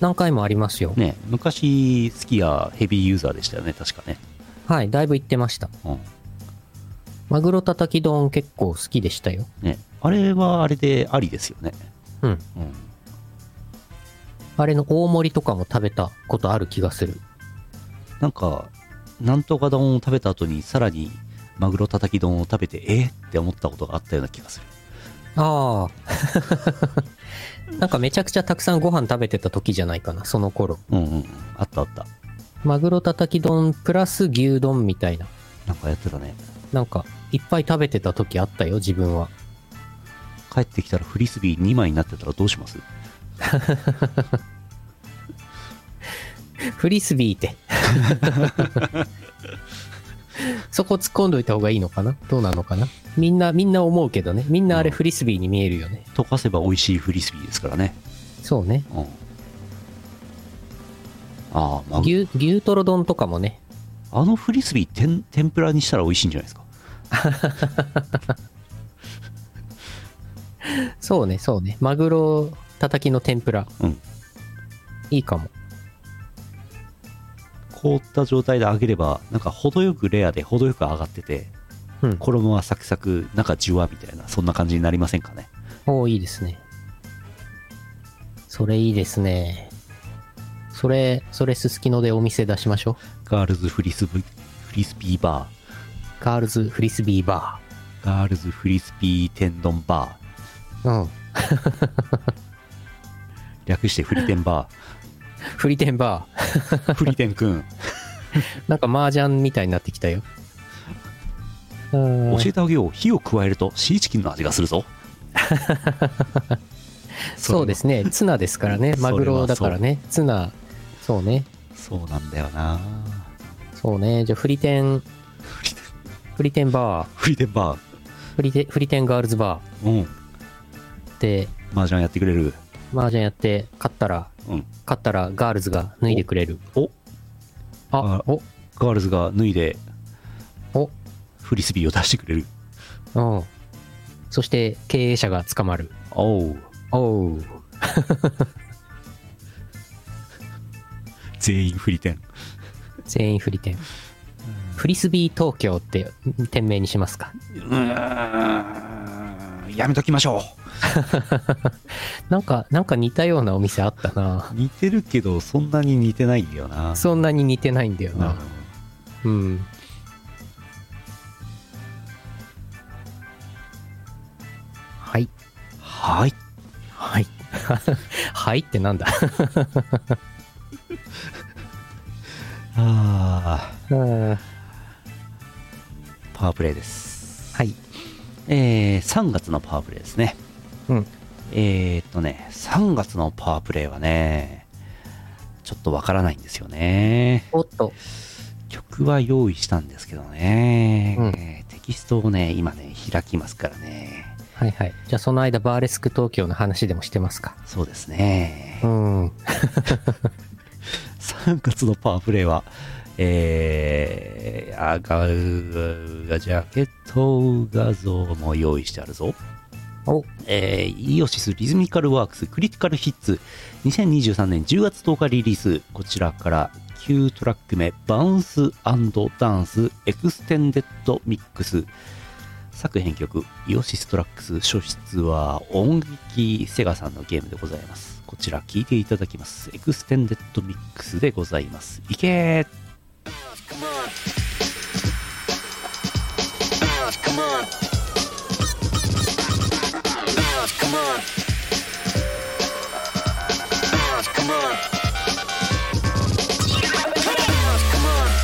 何回もありますよ。
ね昔好きやヘビーユーザーでしたよね確かね、
はい、だいぶ行ってました。
うん
マグロたたき丼結構好きでしたよ。
ねあれはあれでありですよね
うん。
うん
あれの大盛りとかも食べたことある気がする。
なんかなんとか丼を食べた後にさらにマグロたたき丼を食べてえって思ったことがあったような気がする
ああ。 なんかめちゃくちゃたくさんご飯食べてた時じゃないかな、その頃。
うんうんうんあったあった
マグロたたき丼プラス牛丼みたいな。
なんかやってたね
なんか、いっぱい食べてた時あったよ、自分は。
帰ってきたらフリスビー2枚になってたらどうします
フリスビーって。 そこ突っ込んどいた方がいいのかなどうなのかなみんな、みんな思うけどね。みんなあれフリスビーに見えるよね。
溶かせば美味しいフリスビーですからね。
そうね。
うん。ああ、まあ、
牛、牛トロ丼とかもね。
あのフリスビー天天ぷらにしたら美味しいんじゃないですか。
そうね、そうね。マグロたたきの天ぷら。
うん。
いいかも。
凍った状態で揚げれば、なんか程よくレアで程よく揚がってて、
うん。
衣はサクサク、中ジュワみたいな、そんな感じになりませんかね。
おおいいですね。それいいですね。それ、それすすきのでお店出しましょ
ガールズフリスビフリスピーバ
う。ガールズフリスビーバ
ーガールズフリスピー天丼バー
ー。うん。
略してフリテンバ
フリテンバ
ーフリテンく ん
ー。なんか麻雀みたいになってきたよ。う
教
ん
えてあげよう火を加えるとシーチキンの味がするぞ
そうですね。ツナですからね。
それは
マグロだからね。ツナ。そうね。
そうなんだよな
そうね。じゃあ、フリテン、
フリテン
フリテンバー、
フリテンバ
フリテフリテンガールズバ
ーうん
ーで、
麻雀やってくれる
麻雀やって、勝ったら、
うん
勝ったらガールズが脱いでくれる。
お
あ、お、
ガールズが脱いで
お、
フリスビーを出してくれる
うん。そして、経営者が捕まる。
おう
おう。
全員フリテン
全員フリテン。フリスビー東京って店名にしますか。
うーんやめときましょ
なんか、なんか似たようなお店あったな
う。似てるけどそんなに似てないんだよな
そんなに似てないんだよ
うん
な。うん。はい。
はい
はい。はいってなんだ。
あ
うん
ーパワープレイです
はい。
えー、3月のパワープレイですね
うん。
えー、っとね3月のパワープレイはねちょっとわからないんですよね
おっと。
曲は用意したんですけどね、
うん
えーテキストをね今ね開きますからね
はいはい。じゃあその間、バーレスク東京の話でもしてますか。
そうですね、
うん。
3月のパワープレイはえー、あがうがジャケット画像も用意してあるぞ
お、
えーイオシスリズミカルワークスクリティカルヒッツ2023年10月10日リリースこちらから9トラック目バウンスダンスエクステンデッドミックス作編曲イオシストラックス初出は音劇セガさんのゲームでございますこちら聴いていただきますエクステンデッドミックスでございますいけー
Come on. Bounce, come on. Bounce, come on. Bounce, come on. Bounce, come on.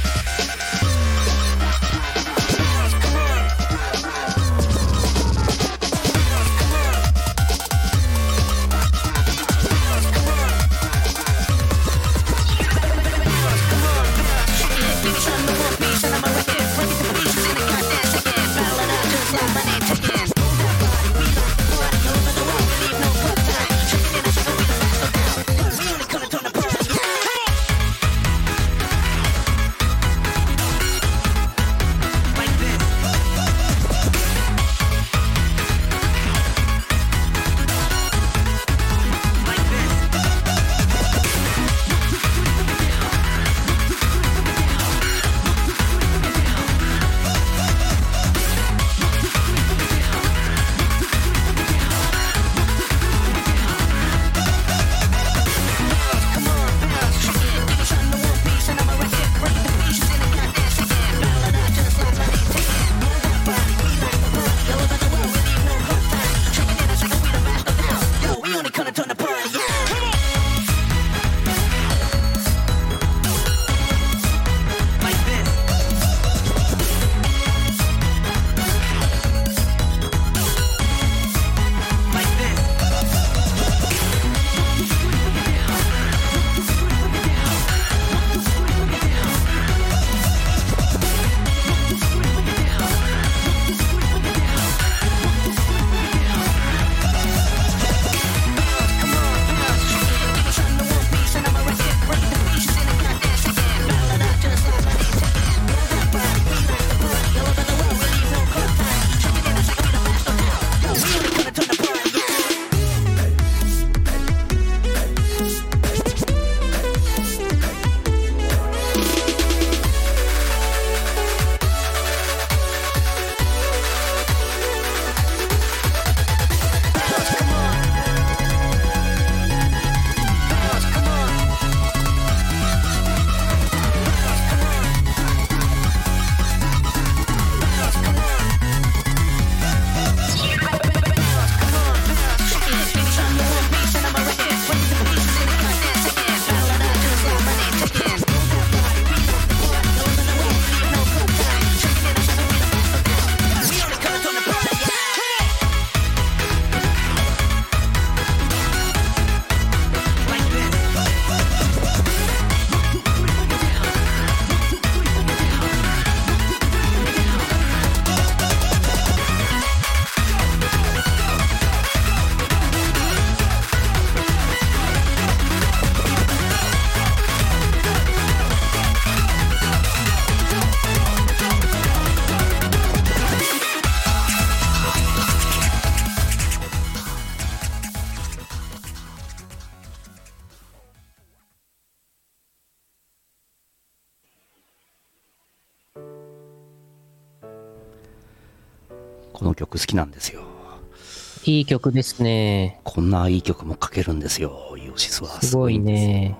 この曲好きなんですよ。
いい曲ですね。
こんないい曲も書けるんですよ、イオシスは。
すごいね。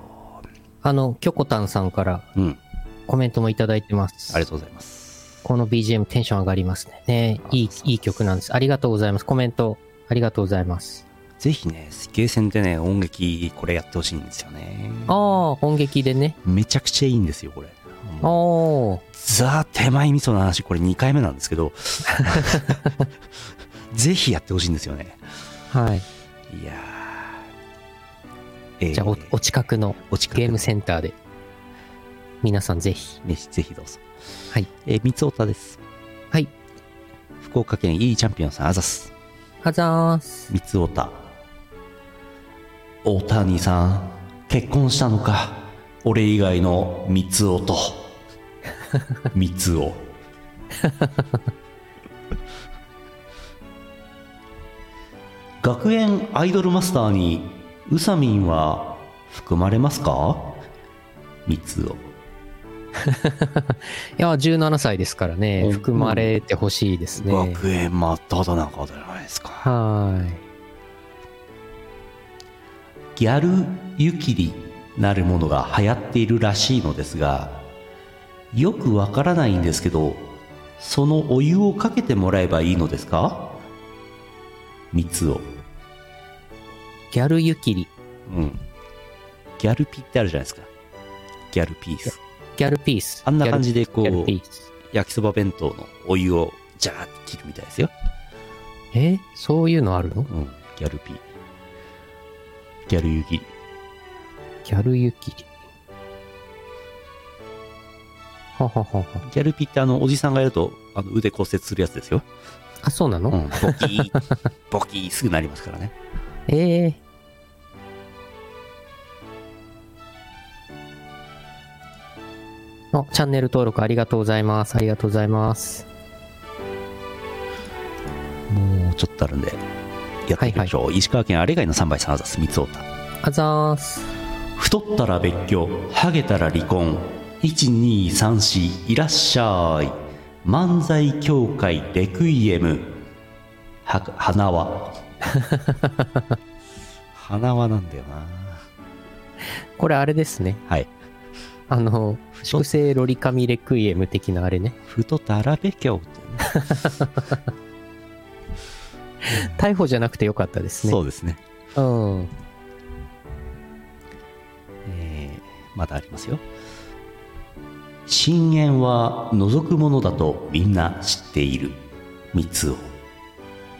あの、キョコタンさんから
すごいんですよ。うん、
コメントもいただいてます。
ありがとうございます。
この BGM テンション上がりますね。ねいい、いい曲なんです。ありがとうございます。コメント、ありがとうございます。
ぜひね、ゲーセンでね、音劇、これやってほしいんですよね。
ああ、本劇でね。
めちゃくちゃいいんですよ、これ。
ああ、
ザ・手前味噌の話、これ2回目なんですけ ど、ぜひやってほしいんですよね。
はい。
いやーえー
じゃあお、お近くの
お近く
ゲームセンターで、皆さんぜひ。
ね、ぜひどうぞ。
はい。
えー、三つおたです。
はい。
福岡県 E チャンピオンさん、あざっす。
あざーす。
三つおた。大谷さん、結婚したのか。俺以外の三つおと。三つお。 学園アイドルマスターに、うさみんは含まれますか三つお。
いや、17歳ですからね
う、ん
含まれてほしいですね。
学園真っ只中じゃないですか。
は
ギャル湯切りなるものが流行っているらしいのですがよくわからないんですけどそのお湯をかけてもらえばいいのですか三つを
い。ギャル湯切り。
うんギャルピってあるじゃないですかギャルピース
ギャルピース。
あんな感じでこう
ギャルピース。
焼きそば弁当のお湯をジャーって切るみたいですよ、
えそういうのある
う
の
ん、ギャルピギャル湯切り
ギャル湯切り。はははは。
ギャルピってあのおじさんがやるとあの腕骨折するやつですよ
あ、そうなの、
うん、ボキー、ボキーすぐなりますからね。
ええあ、チャンネル登録ありがとうございます。ありがとうございます。
もうちょっとあるんで、やっていきましょう。石川県あれ以外の3倍3ザス、三つおた。
あざーす。
太ったら別居、ハゲたら離婚。1234いらっしゃい。漫才協会レクイエム。は、花 輪。花輪なんだよな。
これあれですね。
はい。
あの、粛清ロリカミレクイエム的なあれね。
太ったら別居ってね、
逮捕じゃなくてよかったですね。
そうですね。
う。ん。
えーまだありますよ深淵は覗くものだとみんな知っている三つを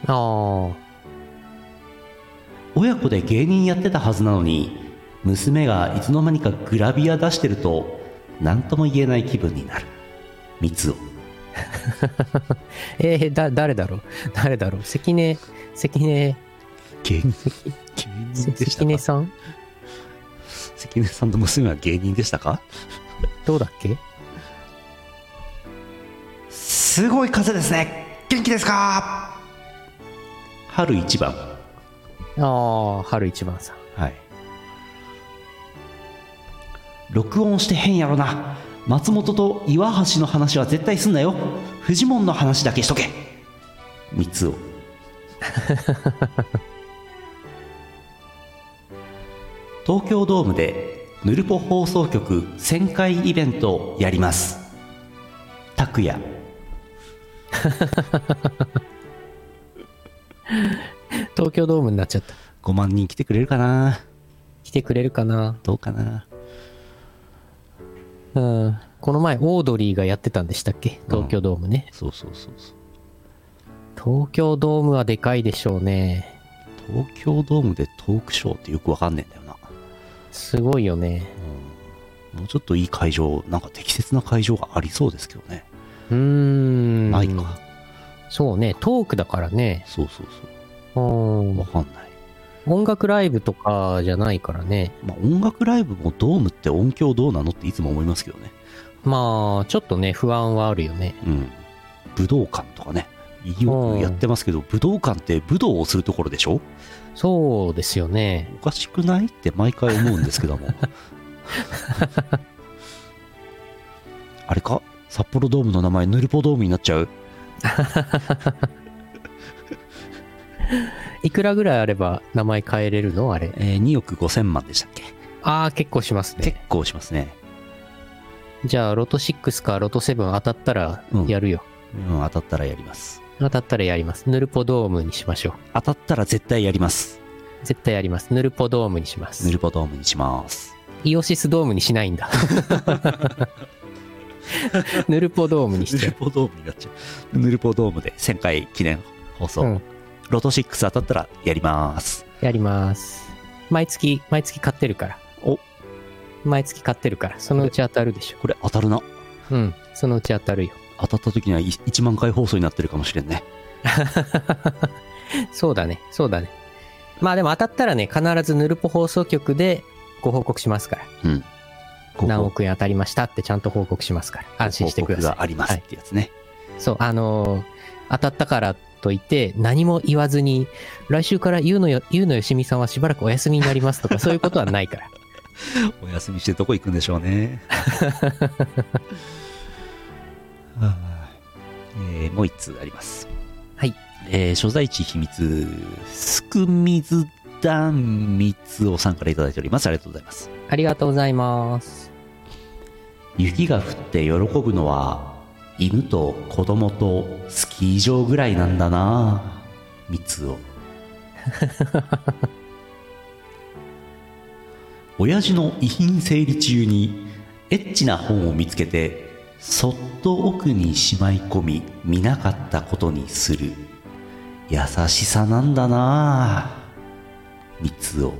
ああ。
親子で芸人やってたはずなのに娘がいつの間にかグラビア出してると何とも言えない気分になる三つを
えー、だ、誰だろう誰だろう関根、関根、
芸 人芸人でした
関根
か
さん
関根さんと娘は芸人でしたか
どうだっけ
すごい風ですね元気ですか春一番
ああ、春一番さん。
はい。録音してへんやろな。松本と岩橋の話は絶対すんなよ。フジモンの話だけしとけ。三つ を。東京ドームでヌルポ放送局1000回イベントをやります。拓也。
東京ドームになっちゃった。
5万人来てくれるかな
来てくれるかな
どうかな
うん。この前、オードリーがやってたんでしたっけ東京ドームね。
そうそうそうそう。
東京ドームはでかいでしょうね。
東京ドームでトークショーってよくわかんねえんだよな。
すごいよね。
もうちょっといい会場、なんか適切な会場がありそうですけどね。
うーん。
ないか。
そうね。トークだからね。
そうそう
う
そう。
ん
わ。かんない。
音楽ライブとかじゃないからね。
まあ音楽ライブもドームって音響どうなのっていつも思いますけどね。
まあ、ちょっとね、不安はあるよね。
うん。武道館とかね。よくやってますけど、武道館って武道をするところでしょ
そうですよね。
おかしくないって毎回思うんですけど も。あれか札幌ドームの名前、ヌルポドームになっちゃう
いくらぐらいあれば名前変えれるのあれ。
えー2億5000万でしたっけ
ああ、結構します
結
ね。
構しますね。
じゃあ、ロト6かロト7当たったら
うん
やるよ。
うん、当たったらやります。
当たったらやります。ヌルポドームにしましょう。
当たったら絶対やります。
絶対やります。ヌルポドームにしま
ヌ
す。
ルポドームにします。
イオシスドームにしない んだ。ヌルポドームにし
ヌ
ちゃ
ル
う。
ポドームになっちゃう。ヌルポドームで1000回記念放送。
うん
ロト6当たったらやります。
やります。毎月、毎月買ってるから。
お
毎月買ってるから。そのうち当たるでしょ。
これ当たるな。
うん。そのうち当たるよ。
当たった時にはい1万回放送になってるかもしれんね。
そうだね。そうだね。まあでも当たったらね、必ずヌルポ放送局でご報告しますから。
うん。ここ
何億円当たりましたってちゃんと報告しますから。安心してく
報
ださ
告がありますってやつね。
い。そう、あのー当たったからといって、何も言わずに、来週からゆうのよ、ゆうのよしみさんはしばらくお休みになりますとか、そういうことはないから。
お休みしてどこ行くんでしょうね。 はいえーもう一通あります。
はい。
えー所在地秘密、すくみずだんみつおさんからいただいております。ありがとうございます。
ありがとうございます。
雪が降って喜ぶのは、犬と子供とスキー場ぐらいなんだなみつお。親父の遺品整理中にエッチな本を見つけてそっと奥にしまい込み見なかったことにする優しさなんだなあ三つを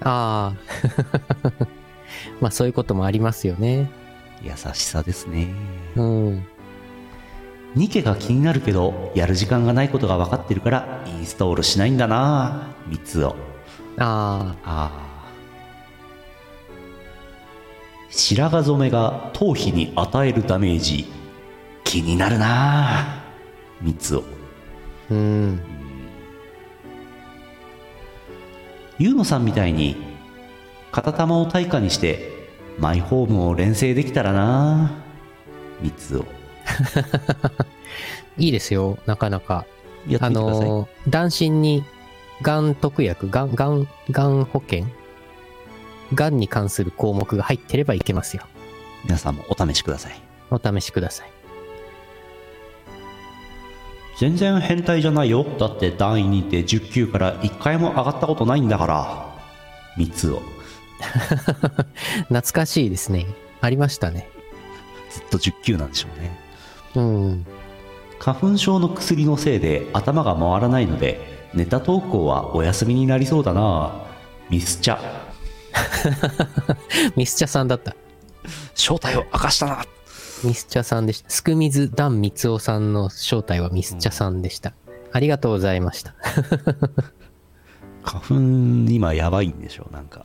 ああ。 まあそういうこともありますよね。
優しさですね
うん。
ニケが気になるけどやる時間がないことが分かってるからインストールしないんだなあ三つを
あ
ああ白髪染めが頭皮に与えるダメージ気になるなあ三つを
あ。うん。
ゆうのさんみたいに片玉を対価にしてマイホームを連成できたらなあ三つを
いいですよ。なかなか。
やって
あ
みてください、
のー、断診に、がん特約、がん、がん、がん保険がんに関する項目が入ってればいけますよ。
皆さんもお試しください
お試しください。
全然変態じゃないよだって段位にて10級から1回も上がったことないんだから三つを
懐かしいですね。ありましたね。
ずっと10級なんでしょうね
うん。
花粉症の薬のせいで頭が回らないのでネタ投稿はお休みになりそうだなミスチャ
ミスチャさんだった。
正体を明かしたな
ミスチャさんでした。すくみずダンミツオさんの正体はミスチャさんでした。ありがとうございました。
花粉今やばいんでしょなんか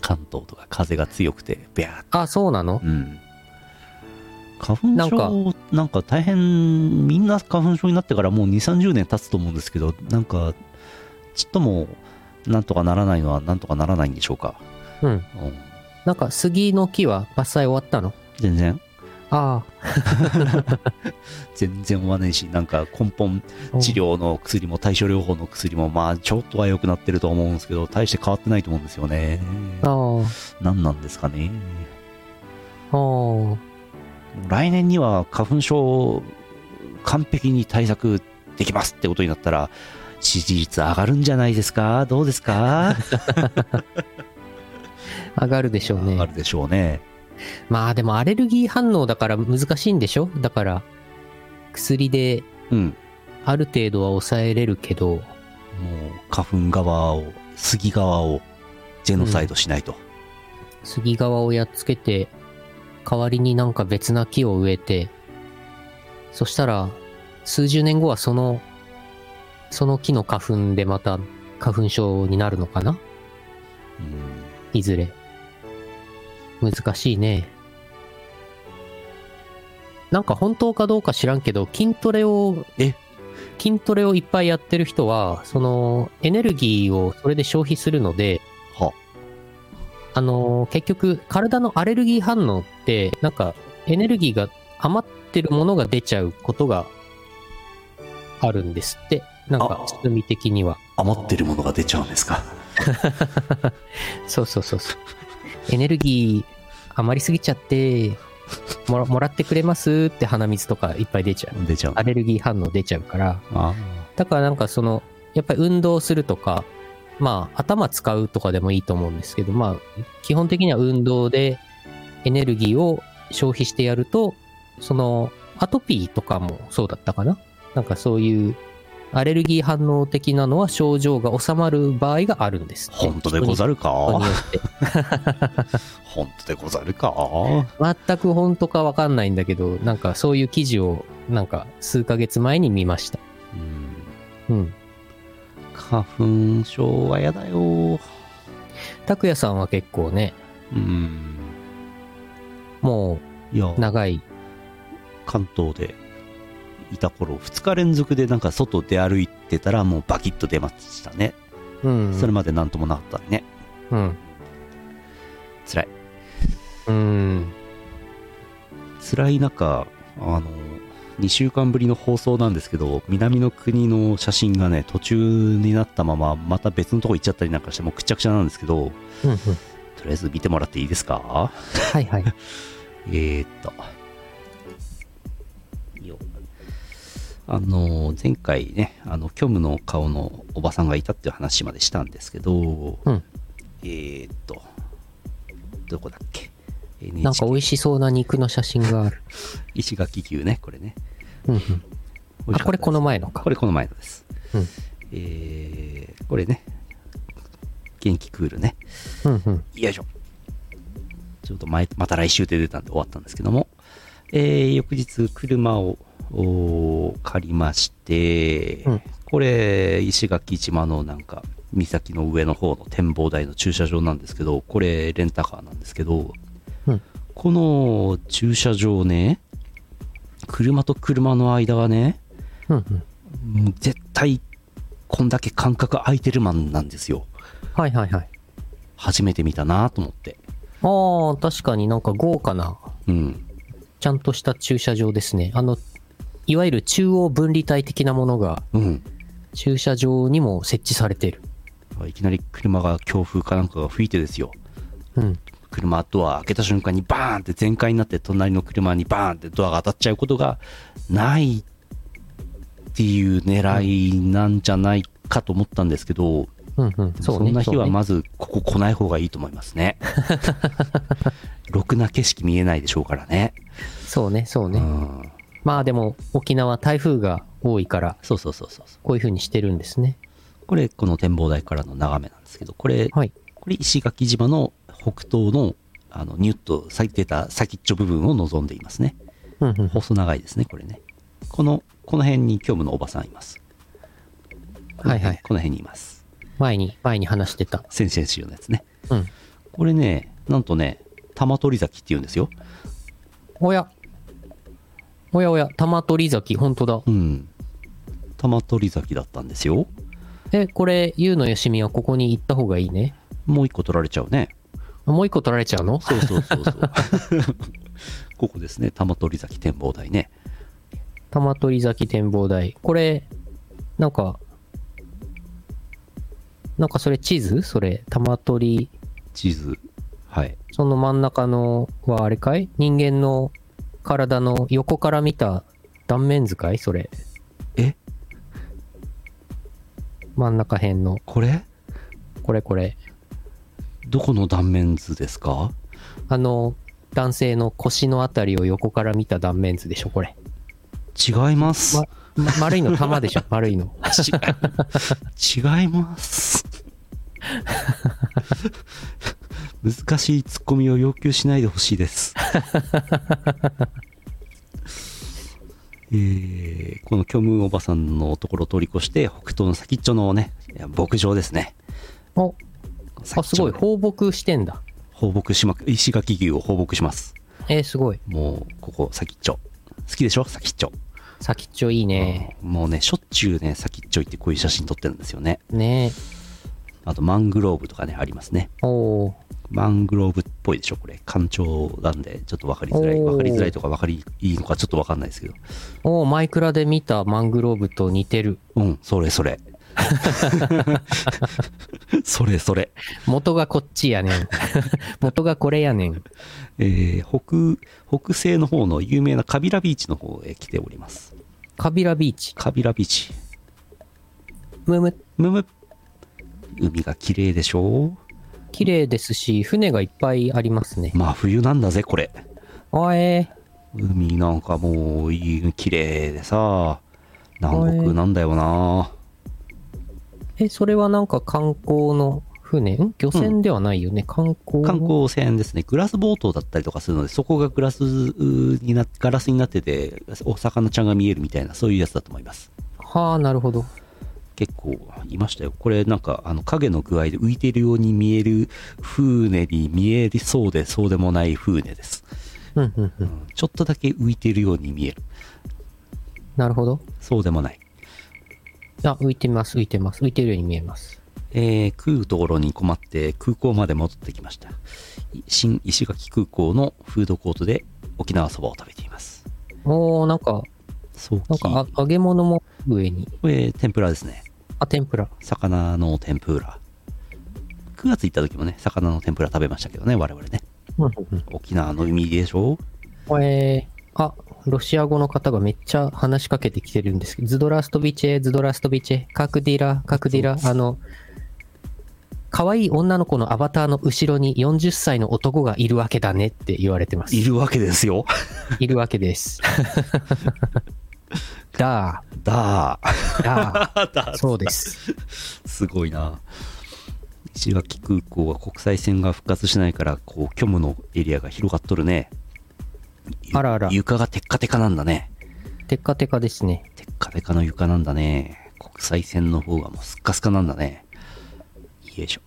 関東とか風が強くてビャーっ
あ、そうなの
うん花粉
なんか
症なんか大変みんな花粉症になってからもう2 3 0年経つと思うんですけどなんかちっともなんとかならないのはなんとかならないんでしょうか、
うん。
うん、
なんか杉の木は伐採終わったの
全然
あ
全然終わねえしなんか根本
あ。
治療の薬も対症療法の薬もまあちょっとは良くなってると思うんですけど大して変わってないと思うんですよね
あ
何なんですかね
あ。ああ。
来年には花粉症完璧に対策できますってことになったら支持率上がるんじゃないですかどうですか、
上がるでしょう
上が
ね。
るでしょうね
まあでもアレルギー反応だから難しいんでしょだから、薬で
うん
ある程度は抑えれるけど、
もう花粉側を杉側をジェノサイドしないと、
杉側をやっつけて、代わりになんか別な木を植えて、そしたら、数十年後はその、その木の花粉でまた花粉症になるのかな
うん
いずれ。難しいね。なんか本当かどうか知らんけど、筋トレを、
え
筋トレをいっぱいやってる人は、その、エネルギーをそれで消費するので、
は
あのー結局、体のアレルギー反応って、なんか、エネルギーが余ってるものが出ちゃうことがあるんですって。なんか
あ
仕組み的には。
余ってるものが出ちゃうんですか
そうそうそうそう。エネルギー余りすぎちゃって、もらもらってくれますって鼻水とかいっぱい出ちゃう。
出ちゃう
アレルギー反応出ちゃうから。
あ
だからなんかその、やっぱり運動するとか、まあ頭使うとかでもいいと思うんですけど、まあ基本的には運動でエネルギーを消費してやると、そのアトピーとかもそうだったかななんかそういうアレルギー反応的なのは症状が収まる場合があるんですって。
本当でござ
る
るか
人によって。
本当でござるか
全く本当かわかんないんだけど、なんかそういう記事をなんか数ヶ月前に見ました。
うん
うん。
花粉症はやだよ
拓也さんは結構ね、
うん
も
いや
う長い
関東でいた頃2日連続でなんか外出歩いてたらもうバキッと出ましたね、
うん。
それまで何ともなかったね
うん。
辛い
うん。
辛い中あの2週間ぶりの放送なんですけど南の国の写真がね途中になったまままた別のとこ行っちゃったりなんかしてもうくちゃくちゃなんですけど
うんうん。
とりあえず見てもらっていいですか
はいはい。
えー、っと。よあのー、前回ね、あの、虚無の顔のおばさんがいたっていう話までしたんですけど、
うん
えー、っと、どこだっけ
なん
?NHK、
か美味しそうな肉の写真がある。
石垣牛ね、これね。
うんうん。
美味し
あ、
かったです
これこの前のか
こ。れこの前のです。
うん
えー、これね、元気クールね。
うんうん。
よいしょ。ちょっと前、また来週で出たんで終わったんですけども、えー、翌日、車をおー借りまして、
うん
これ、石垣島のなんか、岬の上の方の展望台の駐車場なんですけど、これ、レンタカーなんですけど、
うん
この駐車場ね、車と車の間がね、
うんうん。
もう絶対、こんだけ間隔空いてるマンなんですよ。
はいはいはい。
初めて見たなと思って。
ああ、確かになんか豪華な、
うん。
ちゃんとした駐車場ですね。あの、いわゆる中央分離帯的なものが
うん。
駐車場にも設置されてる。
いきなり車が強風かなんかが吹いてですよ
うん。
車ドア開けた瞬間にバーンって全開になって隣の車にバーンってドアが当たっちゃうことがないっていう狙いなんじゃないかと思ったんですけど、
うんうん。そうね。
んな日は
そうね
まずここ来ない方がいいと思いますねろくな景色見えないでしょうからね
そうね、そう
う
ね。
ん
まあでも、沖縄台風が多いから、
そうそうそうそうそ
こういう風にしてるんですね。
うこれこの展望台からの眺めなんですけどこれ
はい。
これ石垣島の北東のあのニュッと咲いてた先っちょ部分を望んでいますね
うんうん。
細長いですねこれねこのこの辺に虚無のおばさんいます
はいはい
この辺にいます
前に、前に話してた。
先々週のやつね
うん。
これねなんとね玉取崎っていうんですよ
おや。おやおや、玉取崎、本当だ。
うん玉取崎だったんですよ
え、これ、ゆうのよしみはここに行った方がいいね。
もう一個取られちゃうね
もう一個取られちゃうの
そうそうそうそう ここですね玉取崎展望台ね
玉取崎展望台。これ、なんか、なんかそれ地図それ、玉取、
地図はい
その真ん中のはあれかい人間の体の横から見た断面図かいそれ。
え
真ん中辺の。
これ
これこれ。
どこの断面図ですか
あの、男性の腰のあたりを横から見た断面図でしょ、これ。
違います、
ま、ま丸いの 玉でしょ、丸いの。
違い違います難しいツッコミを要求しないでほしいですえーこの虚無おばさんのところを通り越して北東の先っちょのね牧場ですね
お、
先
あ、
っ
す
ちょ
ごい。放牧してんだ。
放牧しまく石垣牛を放牧します
えーすごい。
もうここ先っちょ好きでしょ先っちょ、
先っちょいいね。
もうねしょっちゅうね先っちょ行ってこういう写真撮ってるんですよね
ね
あとマングローブとかね、ありますね。
おお
マングローブっぽいでしょ、これ。干潮なんで、ちょっと分かりづらい。
おー
分かりづらいとか分かりいいのかちょっと分かんないですけど。
おおマイクラで見たマングローブと似てる。
うん、それそれ。それそれ。
元がこっちやねん。 元がこれやねん。
えー北、北西の方の有名なカビラビーチの方へ来ております。
カビラビーチ。
カビラビーチ。
むむ、
むむ。海が綺麗でしょ
綺麗ですし、船がいっぱいありますね。
まあ冬なんだぜ、これ。
あえ
海なんかもういい綺麗でさ南国なんだよな、
ー、え、それはなんか観光の船ん漁船ではないよね。観光の。
観光船ですねグラスボートだったりとかするのでそこがグラスになガラスになっててお魚ちゃんが見えるみたいなそういうやつだと思います
はあ、なるほど。
結構いましたよこれなんかあの影の具合で浮いてるように見える船に見えりそうでそうでもない船です、
うんうんう。
うんん、ちょっとだけ浮いてるように見える
なるほど。
そうでもない
あ、浮いてます、浮いてます。浮いてるように見えます。
えー、食うところに困って空港まで戻ってきましたい新石垣空港のフードコートで沖縄そばを食べています
おおなんか、
そう
なんかあ揚げ物も上に。
これ天ぷらですね
あ、天ぷら。
魚の天ぷら9月行った時もね魚の天ぷら食べましたけどね我々ね
うんうん
沖縄の海でしょ
うん。えー、あ、ロシア語の方がめっちゃ話しかけてきてるんですけど、ズドラストビチェ、ズドラストビチェ、カクディラ、カクディラ、あの、可愛い女の子のアバターの後ろに40歳の男がいるわけだねって言われてます。
いるわけですよ
いるわけ です。だ
だー
ー、 だー、そうです。
すごいな石垣空港は国際線が復活しないからこう虚無のエリアが広がっとるねゆ
あらあら
床がテッカテカなんだね
テッカテカですね。
テッカテカの床なんだね。国際線の方がもうすっかすかなんだね。よいしょ。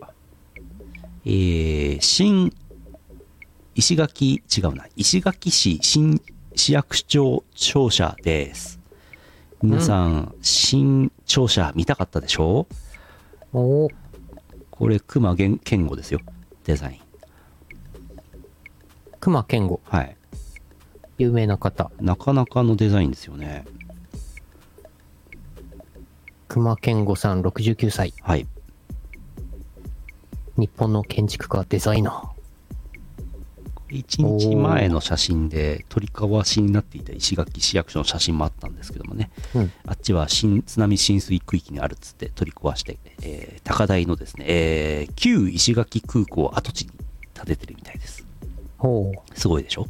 えー、新、石垣、違うな、石垣市新市役所庁舎です。皆さん、新庁舎見たかったでしょ
おー
これ、熊健健吾ですよ。デザイン。
熊健吾、
はい。
有名な方。
なかなかのデザインですよね。
熊健吾さん69歳。
はい。
日本の建築家、デザイナ
1日前の写真で取り交わしになっていた石垣市役所の写真もあったんですけどもね、
うん
あっちは新津波浸水区域にあるっつって取り壊して、えー高台のですね、えー旧石垣空港跡地に建ててるみたいです
ー。ほう。
すごいでしょ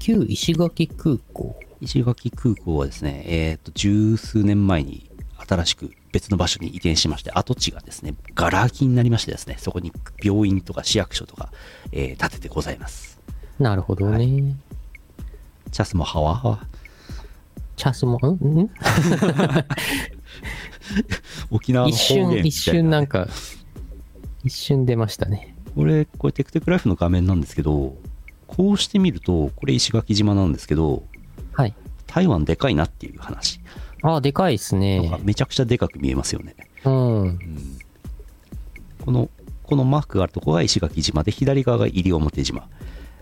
旧石垣空港。
石垣空港はですね、えーと十数年前に新しく別の場所に移転しまして跡地がですねがら空きになりましてですねそこに病院とか市役所とか、えー建ててございます
なるほどね。
チャスもハワハワ
チャスも、んん
沖縄の方
一
言みたいな
瞬、一瞬なんか、一瞬出ましたね。
これ、これテクテクライフの画面なんですけど、こうしてみると、これ石垣島なんですけど、
はい。
台湾でかいなっていう話。
ああ、でかいです
なんか
ね。
めちゃくちゃでかく見えますよね。
うん。
この、このマークがあるとこが石垣島で、左側が西表島。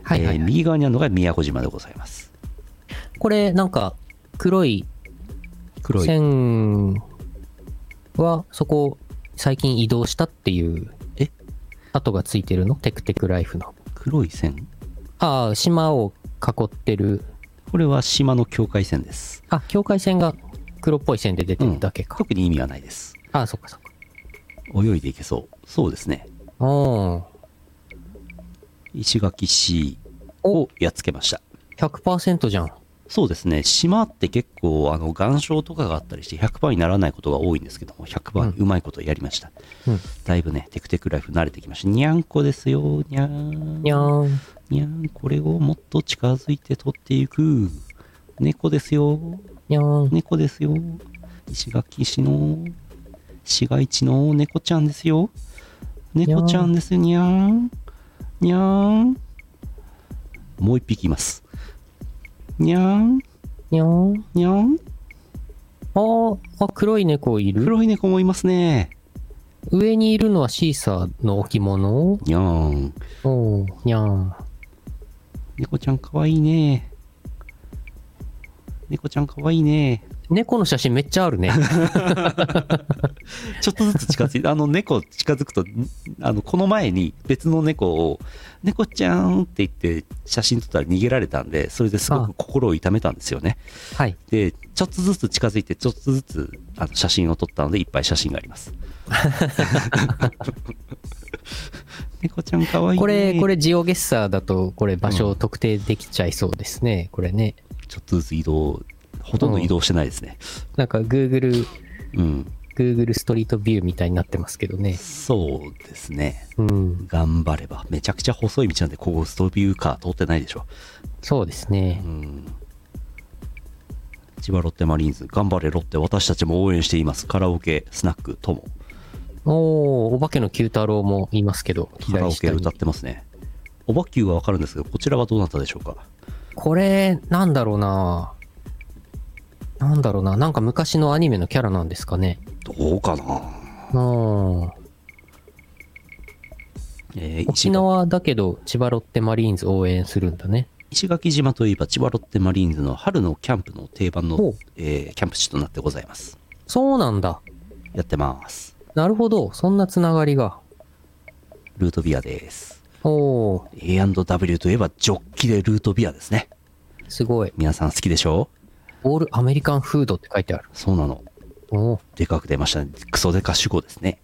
はいはい、
えー
はい
右側にあるのが宮古島でございます。
これ、なんか、黒い
黒い。
線は、そこ、最近移動したっていう、
え
跡がついてるのテクテクライフの。
黒い線
ああ、島を囲ってる。
これは島の境界線です。
あ、境界線が黒っぽい線で出てるだけか。
特に意味はないです。
ああ、そっかそっか。
泳いでいけそう。そうですね。
うん。
石垣市をやっつけました。
100%じゃん。
そうですね島って結構あの岩礁とかがあったりして100%にならないことが多いんですけども100%にうまいことやりました、
うん
だいぶねテクテクライフ慣れてきましたにゃんこですよにゃーん
にゃーん。
にゃんこれをもっと近づいて取っていく猫ですよ
にゃーん。
猫ですよ石垣市の市街地の猫ちゃんですよ猫ちゃんですよにゃーんにゃーんもう一匹いますにゃーん
にゃーん。
にゃーん
あーあ、黒い猫いる
黒い猫もいますね。
上にいるのはシーサーの置物
にゃーん。
おうにゃん。
猫ちゃんかわいいね。猫ちゃんかわいいね。
猫の写真めっちゃあ るね。
ちょっとずつ近づい て、あの猫近づくと、んあのこの前に別の猫を、猫ちゃんって言って写真撮ったら逃げられたんで、それですごく心を痛めたんですよね。
はい。
で、ちょっとずつ近づいて、ちょっとずつあの写真を撮ったので、いっぱい写真があり ます。猫ちゃんかわいい、ね。
これ、これジオゲッサーだと、これ場所を特定できちゃいそうですね。これね。
ちょっとずつ移動、ほとんど移動してないですね。
なんか Google、
うん。
Google ストリートビューみたいになってますけどね。
そうですね。
うん。
頑張れば。めちゃくちゃ細い道なんで、ここストビューカー通ってないでしょ。
そうですね
う。ん。千葉ロッテマリーンズ、頑張れロッテ、私たちも応援しています。カラオケ、スナックとも、
おー、お化けの九太郎もいますけど、
カラオ
左
ケ
下に
歌ってますね。おばきゅうはわかるんですけど、こちらはどうなったでしょうか。
これ、なんだろうななんだろうななんか昔のアニメのキャラなんですかね。
どうかな
うん。
えー
沖
石垣
縄だけど、千葉ロッテマリーンズ応援するんだね。
石垣島といえば千葉ロッテマリーンズの春のキャンプの定番
ほ
の
う、
えーキャンプ地となってございます。
そうなんだ。
やってます。
なるほど。そんなつながりが。
ルートビアです。
おー、
A&W といえばジョッキでルートビアですね。
すごい。
皆さん好きでしょ
オールアメリカンフードって書いてある。
そうなの。
おー、
でかく出ましたね。クソデカ主語ですね。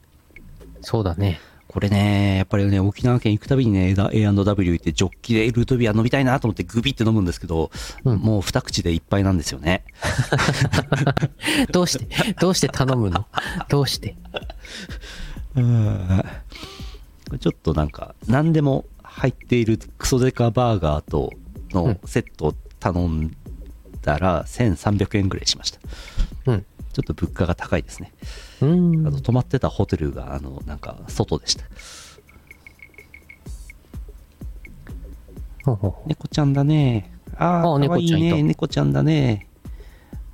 そうだね。
これね、やっぱりね、沖縄県行くたびにね、A- A&W 行ってジョッキでルートビア飲みたいなと思ってグビって飲むんですけど、
うん
もう二口でいっぱいなんですよね。
どうして、 どうして頼むのどうして。
これちょっとなんか、何でも入っているクソデカバーガーとのセットを頼んだら1300円ぐらいしました。ち
うん。
ょっと物価が高いですね。
う
あ
ん
と。泊まってたホテルが、あの、なんか、外でした。
ほうほう
猫ちゃんだね。あ
あ
あ、
ー
猫ちゃんい
猫ちゃん
ね。
いた
猫ちゃんだね。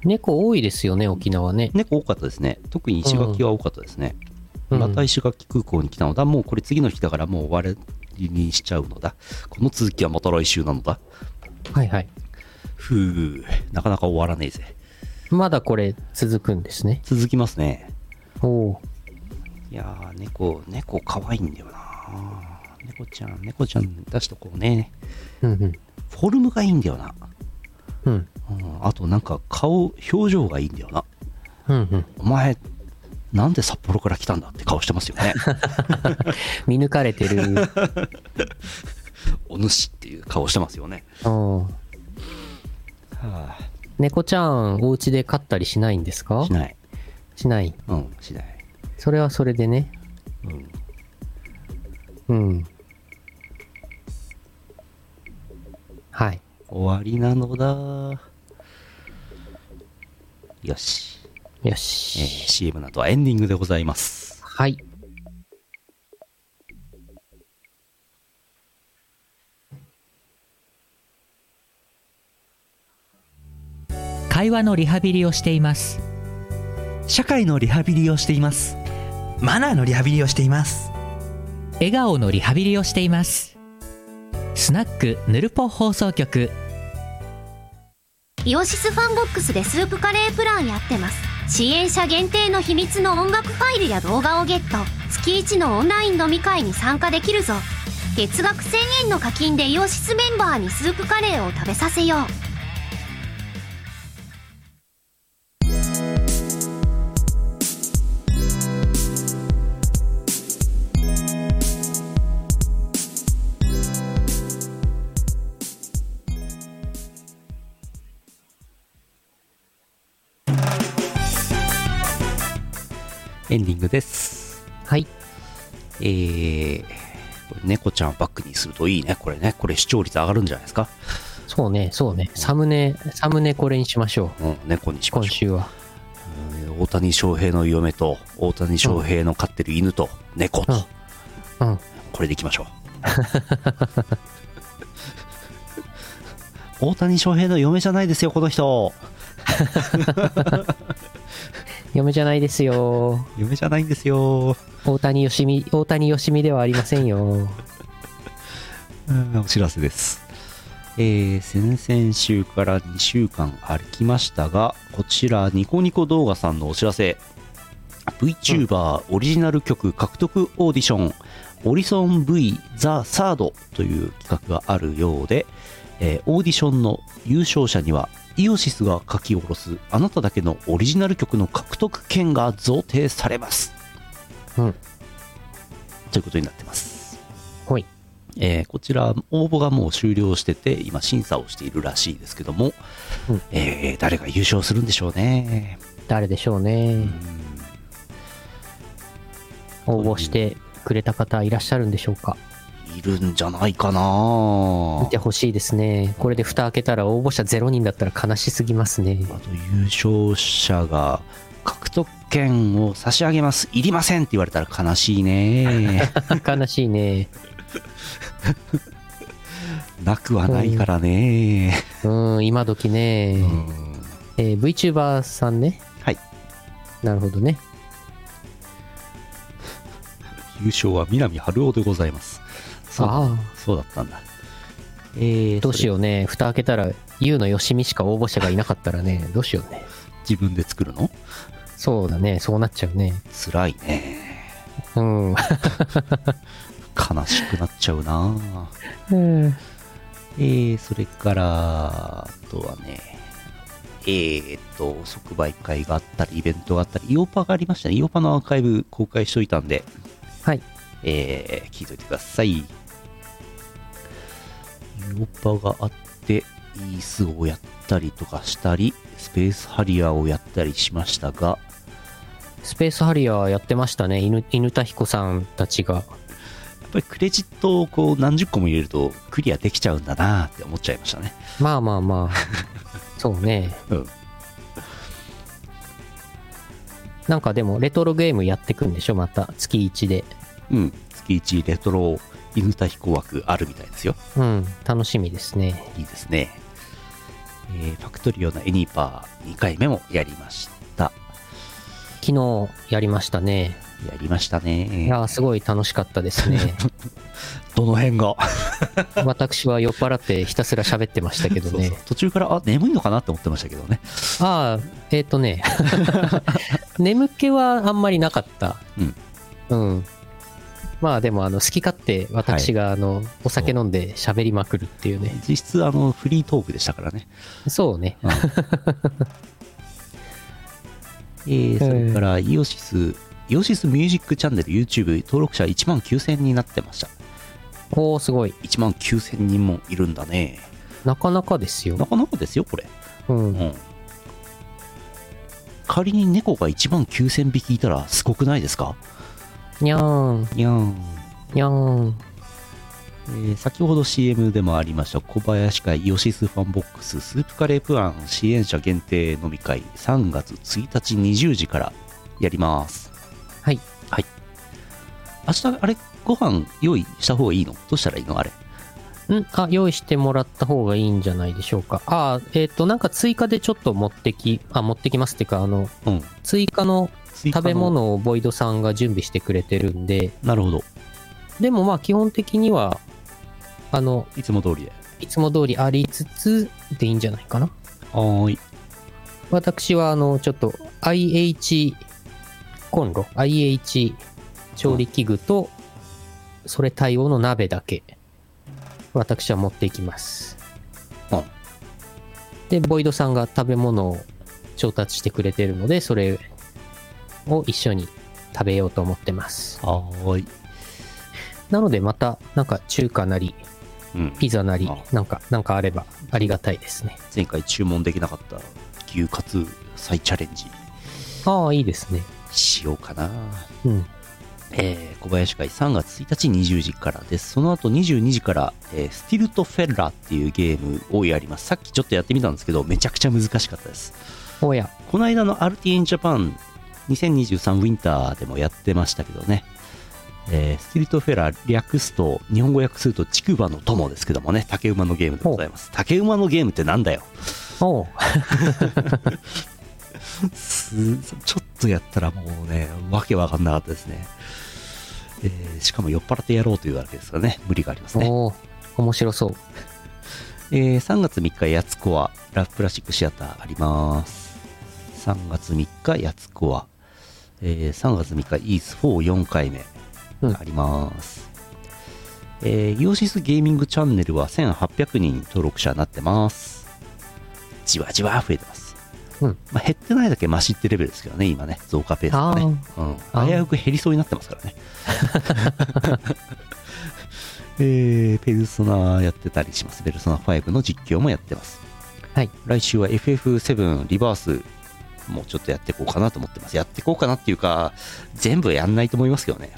猫多いですよね、沖縄ね。
猫多かったですね。特に石垣は多かったですね。
うん
また石垣空港に来たのだ。もうこれ次の日だからもう終わりにしちゃうのだ。この続きはまた来週なのだ。
はいはい。
ふうなかなか終わらねえぜ。
まだこれ続くんですね。
続きますね。
おー。
いやー、猫、猫可愛いんだよな。猫ちゃん、猫ちゃん出しとこうね。
うんうん。
フォルムがいいんだよな。
うん。
うん、あとなんか顔、表情がいいんだよな。
うんうん。
お前、なんで札幌から来たんだって顔してますよ ね。
見抜かれ てる。
お主っていう顔してますよね。
うん。
は
猫ちゃん、お家で飼ったりしないんです
あ、
か
しない。
しない。
うん、しない。
それはそれでね。
うん。
うん。はい。
終わりなのだ。よし。
よ
えー
し。
CM などはエンディングでございます。
はい。
会話のリハビリをしています
社会のリハビリをしていますマナーのリハビリをしています
笑顔のリハビリをしていますスナックぬるぽ放送局
イオシスファンボックスでスープカレープランやってます支援者限定の秘密の音楽ファイルや動画をゲット月1のオンライン飲み会に参加できるぞ月額1000円の課金でイオシスメンバーにスープカレーを食べさせよう
エンディングです。
はい。
えー、これ猫ちゃんをバックにするといいね。これね。これ視聴率上がるんじゃないですか。
そうね、そうね。サムネ、サムネこれにしましょう。
うん、猫にしまし
今
ょう。
週は。
大谷翔平の嫁と大谷翔平の飼ってる犬と猫と、
うんうん。
これでいきましょう 大谷翔平の嫁じゃないですよこの人
嫁じゃないですよ。
嫁じゃないんですよ
大谷よしみ、大谷よしみではありませんよ。
うんお知らせです。えー先々週から2週間歩きましたが、こちら、ニコニコ動画さんのお知らせ。VTuber オリジナル曲獲得オーディション、オリソン V ザ・サードという企画があるようで、えーオーディションの優勝者には、イオシスが書き下ろすあなただけのオリジナル曲の獲得権が贈呈されます。
うん
ということになってます。
ほい。
えーこちら応募がもう終了してて今審査をしているらしいですけども、
うん
えー誰が優勝するんでしょうね
誰でしょうね。応募してくれた方いらっしゃるんでしょうか。
いるんじゃないかなあ
見てほしいですね。これで蓋開けたら応募者0人だったら悲しすぎま すね。
と優勝者が獲得権を差し上げますいりませんって言われたら悲しい ね
悲しいね。
なくはないからね
うん、今時ね。
うん
えー VTuber さんね。
はい
なるほどね。
優勝は南春夫でございますそう
あ
そうだったんだえー
あ、どうしようね。蓋開けたら、ゆうのよしみしか応募者がいなかったらね、どうしようね。
それ自分で作るの
そうだね。そうなっちゃうね。
辛いね
うん。
悲しくなっちゃうなあ
うん
えー、それから、あとはね、えーっと、即売会があったり、イベントがあったり、イオパがありましたね。イオパのアーカイブ公開しといたんで、
はい。
えー、聞いといてください。イオパがあって、イースをやったりとかしたり、スペースハリアーをやったりしましたが、
スペースハリアーやってましたね。犬、犬田彦さんたちが。
やっぱりクレジットをこう何十個も入れるとクリアできちゃうんだなって思っちゃいましたね。
まあま あまあ。そうね。
うん。
なんかでも、レトロゲームやってくんでしょまた。月1で。
うん、月1レトロ犬田彦枠あるみたいですよ。
うん。楽しみですね。
いいですね。えーファクトリオのエニーパー2回目もやりました。
昨日やりましたね。
やりました
い
ね。
やー、すごい楽しかったで すね。
どの辺が、
私は酔っ払ってひたすら喋ってましたけど
そう
ね
そう。途中から、あ、眠いのかなって思ってましたけどね。
ああ、えっ、とね。眠気はあんまりなかった。うん。まあでも、あの、好き勝手私が、あの、お酒飲んで喋りまくるっていうね。
実質、あの、フリートークでしたからね。
そうね。
えーそれから、イオシス、イオシスミュージックチャンネル YouTube 登録者1万9000になってました。
おー、すごい。
1万9000人もいるんだね。
なかなかですよ
な。かなかですよ、これ。
うん。
うん。仮に猫が1万9000匹いたらすごくないですか
にゃーん、
いやーん
にゃーん。
えー先ほど CM でもありました小林会イオシスファンボックススープカレープラン支援者限定飲み会3月1日20時からやります
はい
はい明日あれご飯用意した方がいいのどうしたらいいのあれ
んあ、用意してもらった方がいいんじゃないでしょうか。あー、えっ、と、なんか追加でちょっと持ってき、あ、持ってきますっていうか、あの、
うん
追加の
追加
食
の
べ物をボイドさんが準備してくれてるんで、
なるほど
でもまあ基本的には、あの、
いつも通りで
いつも通りありつつでいいんじゃないかな。
はーい
私は、あの、ちょっと IH コンロ、IH 調理器具と、それ対応の鍋だけ、私は持っていきます。
うん
で、ボイドさんが食べ物を調達してくれてるので、それを一緒に食べようと思ってます。
はーい
なので、また、なんか中華なり、
うん
ピザなり
あ、
なんか、なんかあればありがたいですね。
前回注文できなかった牛カツ再チャレンジ
ああ、いいですね。
しようかな
うん。
えー小林会3月1日20時からです。その後22時から、えースティルトフェッラーっていうゲームをやります。さっきちょっとやってみたんですけど、めちゃくちゃ難しかったです。
おや、
この間の RTN ジャパン2023ウィンターでもやってましたけどね。えースティルトフェラー略すと、日本語訳すると、竹馬の友ですけどもね、竹馬のゲームでございます。竹馬のゲームってなんだよ。
おう。
すちょっとやったらもうね、わけわかんなかったですね。えーしかも酔っ払ってやろうというわけですからね、無理がありますね。
おお 面白そう。
えー3月3日、やつこは、ラプラスチックシアターあります。3月3日、やつこは、えー3月3日、イース44回目、
うん
あります。えーイオシスゲーミングチャンネルは1800人登録者になってます。じわじわ増えてます。
うん
まあ、減ってないだけマシってレベルですけどね、今ね、増加ペース
あ
が
あ
ね。
ー、
う
あ
ん、
ー
危うく減りそうになってますからね。えー、ペルソナやってたりします。ペルソナ5の実況もやってます。
はい。
来週は FF7 リバースもうちょっとやっていこうかなと思ってます。やっていこうかなっていうか、全部やんないと思いますけどね。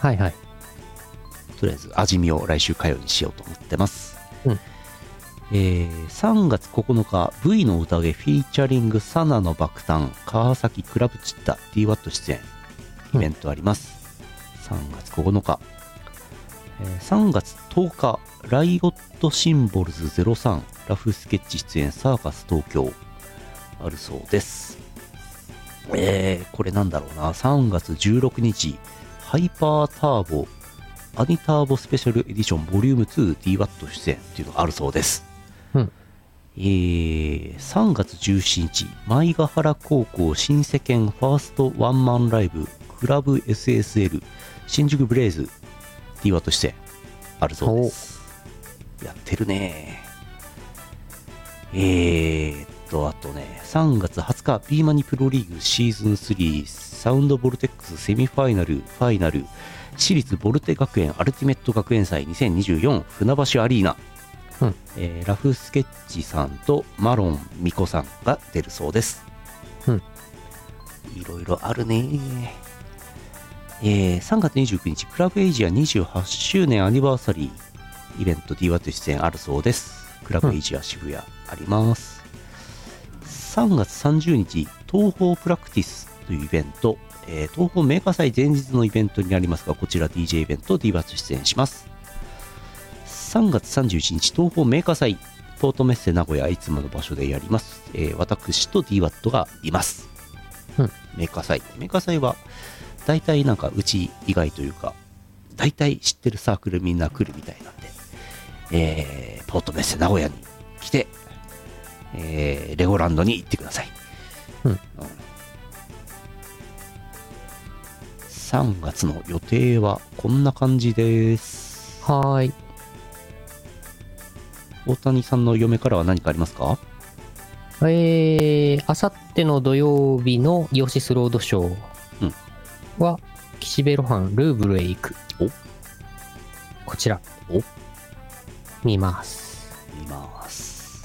はいはい。
とりあえず味見を来週火曜にしようと思ってます。
うん
えー3月9日、V の宴フィーチャリングサナの爆誕、川崎クラブチッタ DWAT 出演、イベントあります。3月9日、えー3月10日、ライオットシンボルズ03、ラフスケッチ出演サーカス東京、あるそうです。えーこれなんだろうな、3月16日、ハイパーターボアニターボスペシャルエディションボリューム 2DWAT 出演っていうのがあるそうです。
うん
えー3月17日、舞ヶ原高校新世間ファーストワンマンライブクラブ SSL 新宿ブレイズ DWAT 出演あるそうです。やってるねえーっと、あとね、3月20日、ビーマニプロリーグシーズン3、サウンドボルテックスセミファイナル、ファイナル、私立ボルテ学園アルティメット学園祭2024船橋アリーナ、
うん
えーラフスケッチさんとマロンミコさんが出るそうです、
うん
いろいろあるねえー3月29日クラブエイジア28周年アニバーサリーイベント DWAT 出演あるそうですクラブエイジア渋谷あります、3月30日東方プラクティスというイベント、えー東方メーカー祭前日のイベントになりますがこちら DJ イベント d バツ出演します3月31日東方メーカー祭ポートメッセ名古屋いつもの場所でやります、えー私と d バットがいます、
うん
メーカー祭メーカー祭は大体なんかうち以外というか大体知ってるサークルみんな来るみたいなんで、えーポートメッセ名古屋に来てえーレゴランドに行ってください、
うん
3月の予定はこんな感じです
はーい。
大谷さんの嫁からは何かありますか
えー、あさっての土曜日のイオシスロードショーは、岸辺露伴ルーブルへ行く。
お
こちら。
お
見ます。
見ます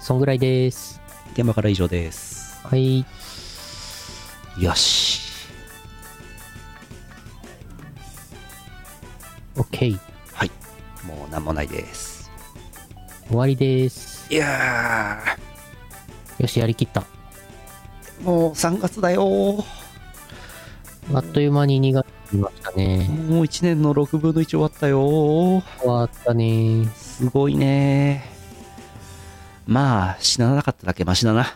そんぐらいです。
現場から以上です
はい。
よし
OK。
はいもう何もないです
終わりです。
いや
よし、やりきった。
ーもう3月だよー
あっという間に2月になりましたね。
もう1年の6分の1終わったよー
終わったね。
すごいねーまあ死ななかっただけマシだな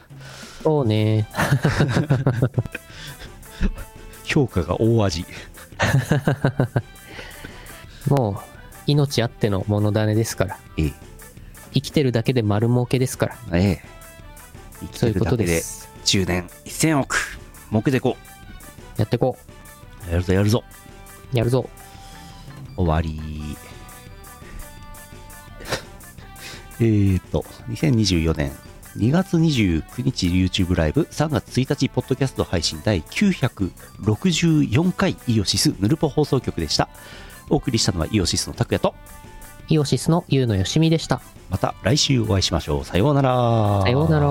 そうね。
評価が大味
もう、命あってのもの種ですから。
ええ
生きてるだけで丸儲けですから。
ええ生き
そ
て
ういう
る
こ
だ
と
け
で。
です10年1000億目でこ
やってこ
うやるぞやるぞ
う。やるぞ。
終わり えっと2024年2月29日 YouTube ライブ3月1日ポッドキャスト配信第964回イオシスヌルポ放送局でしたお送りしたのはイオシスの拓也と
イオシスのゆうのよしみでした。
また来週お会いしましょうさようなら
さようなら。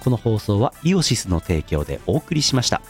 この放送はイオシスの提供でお送りしました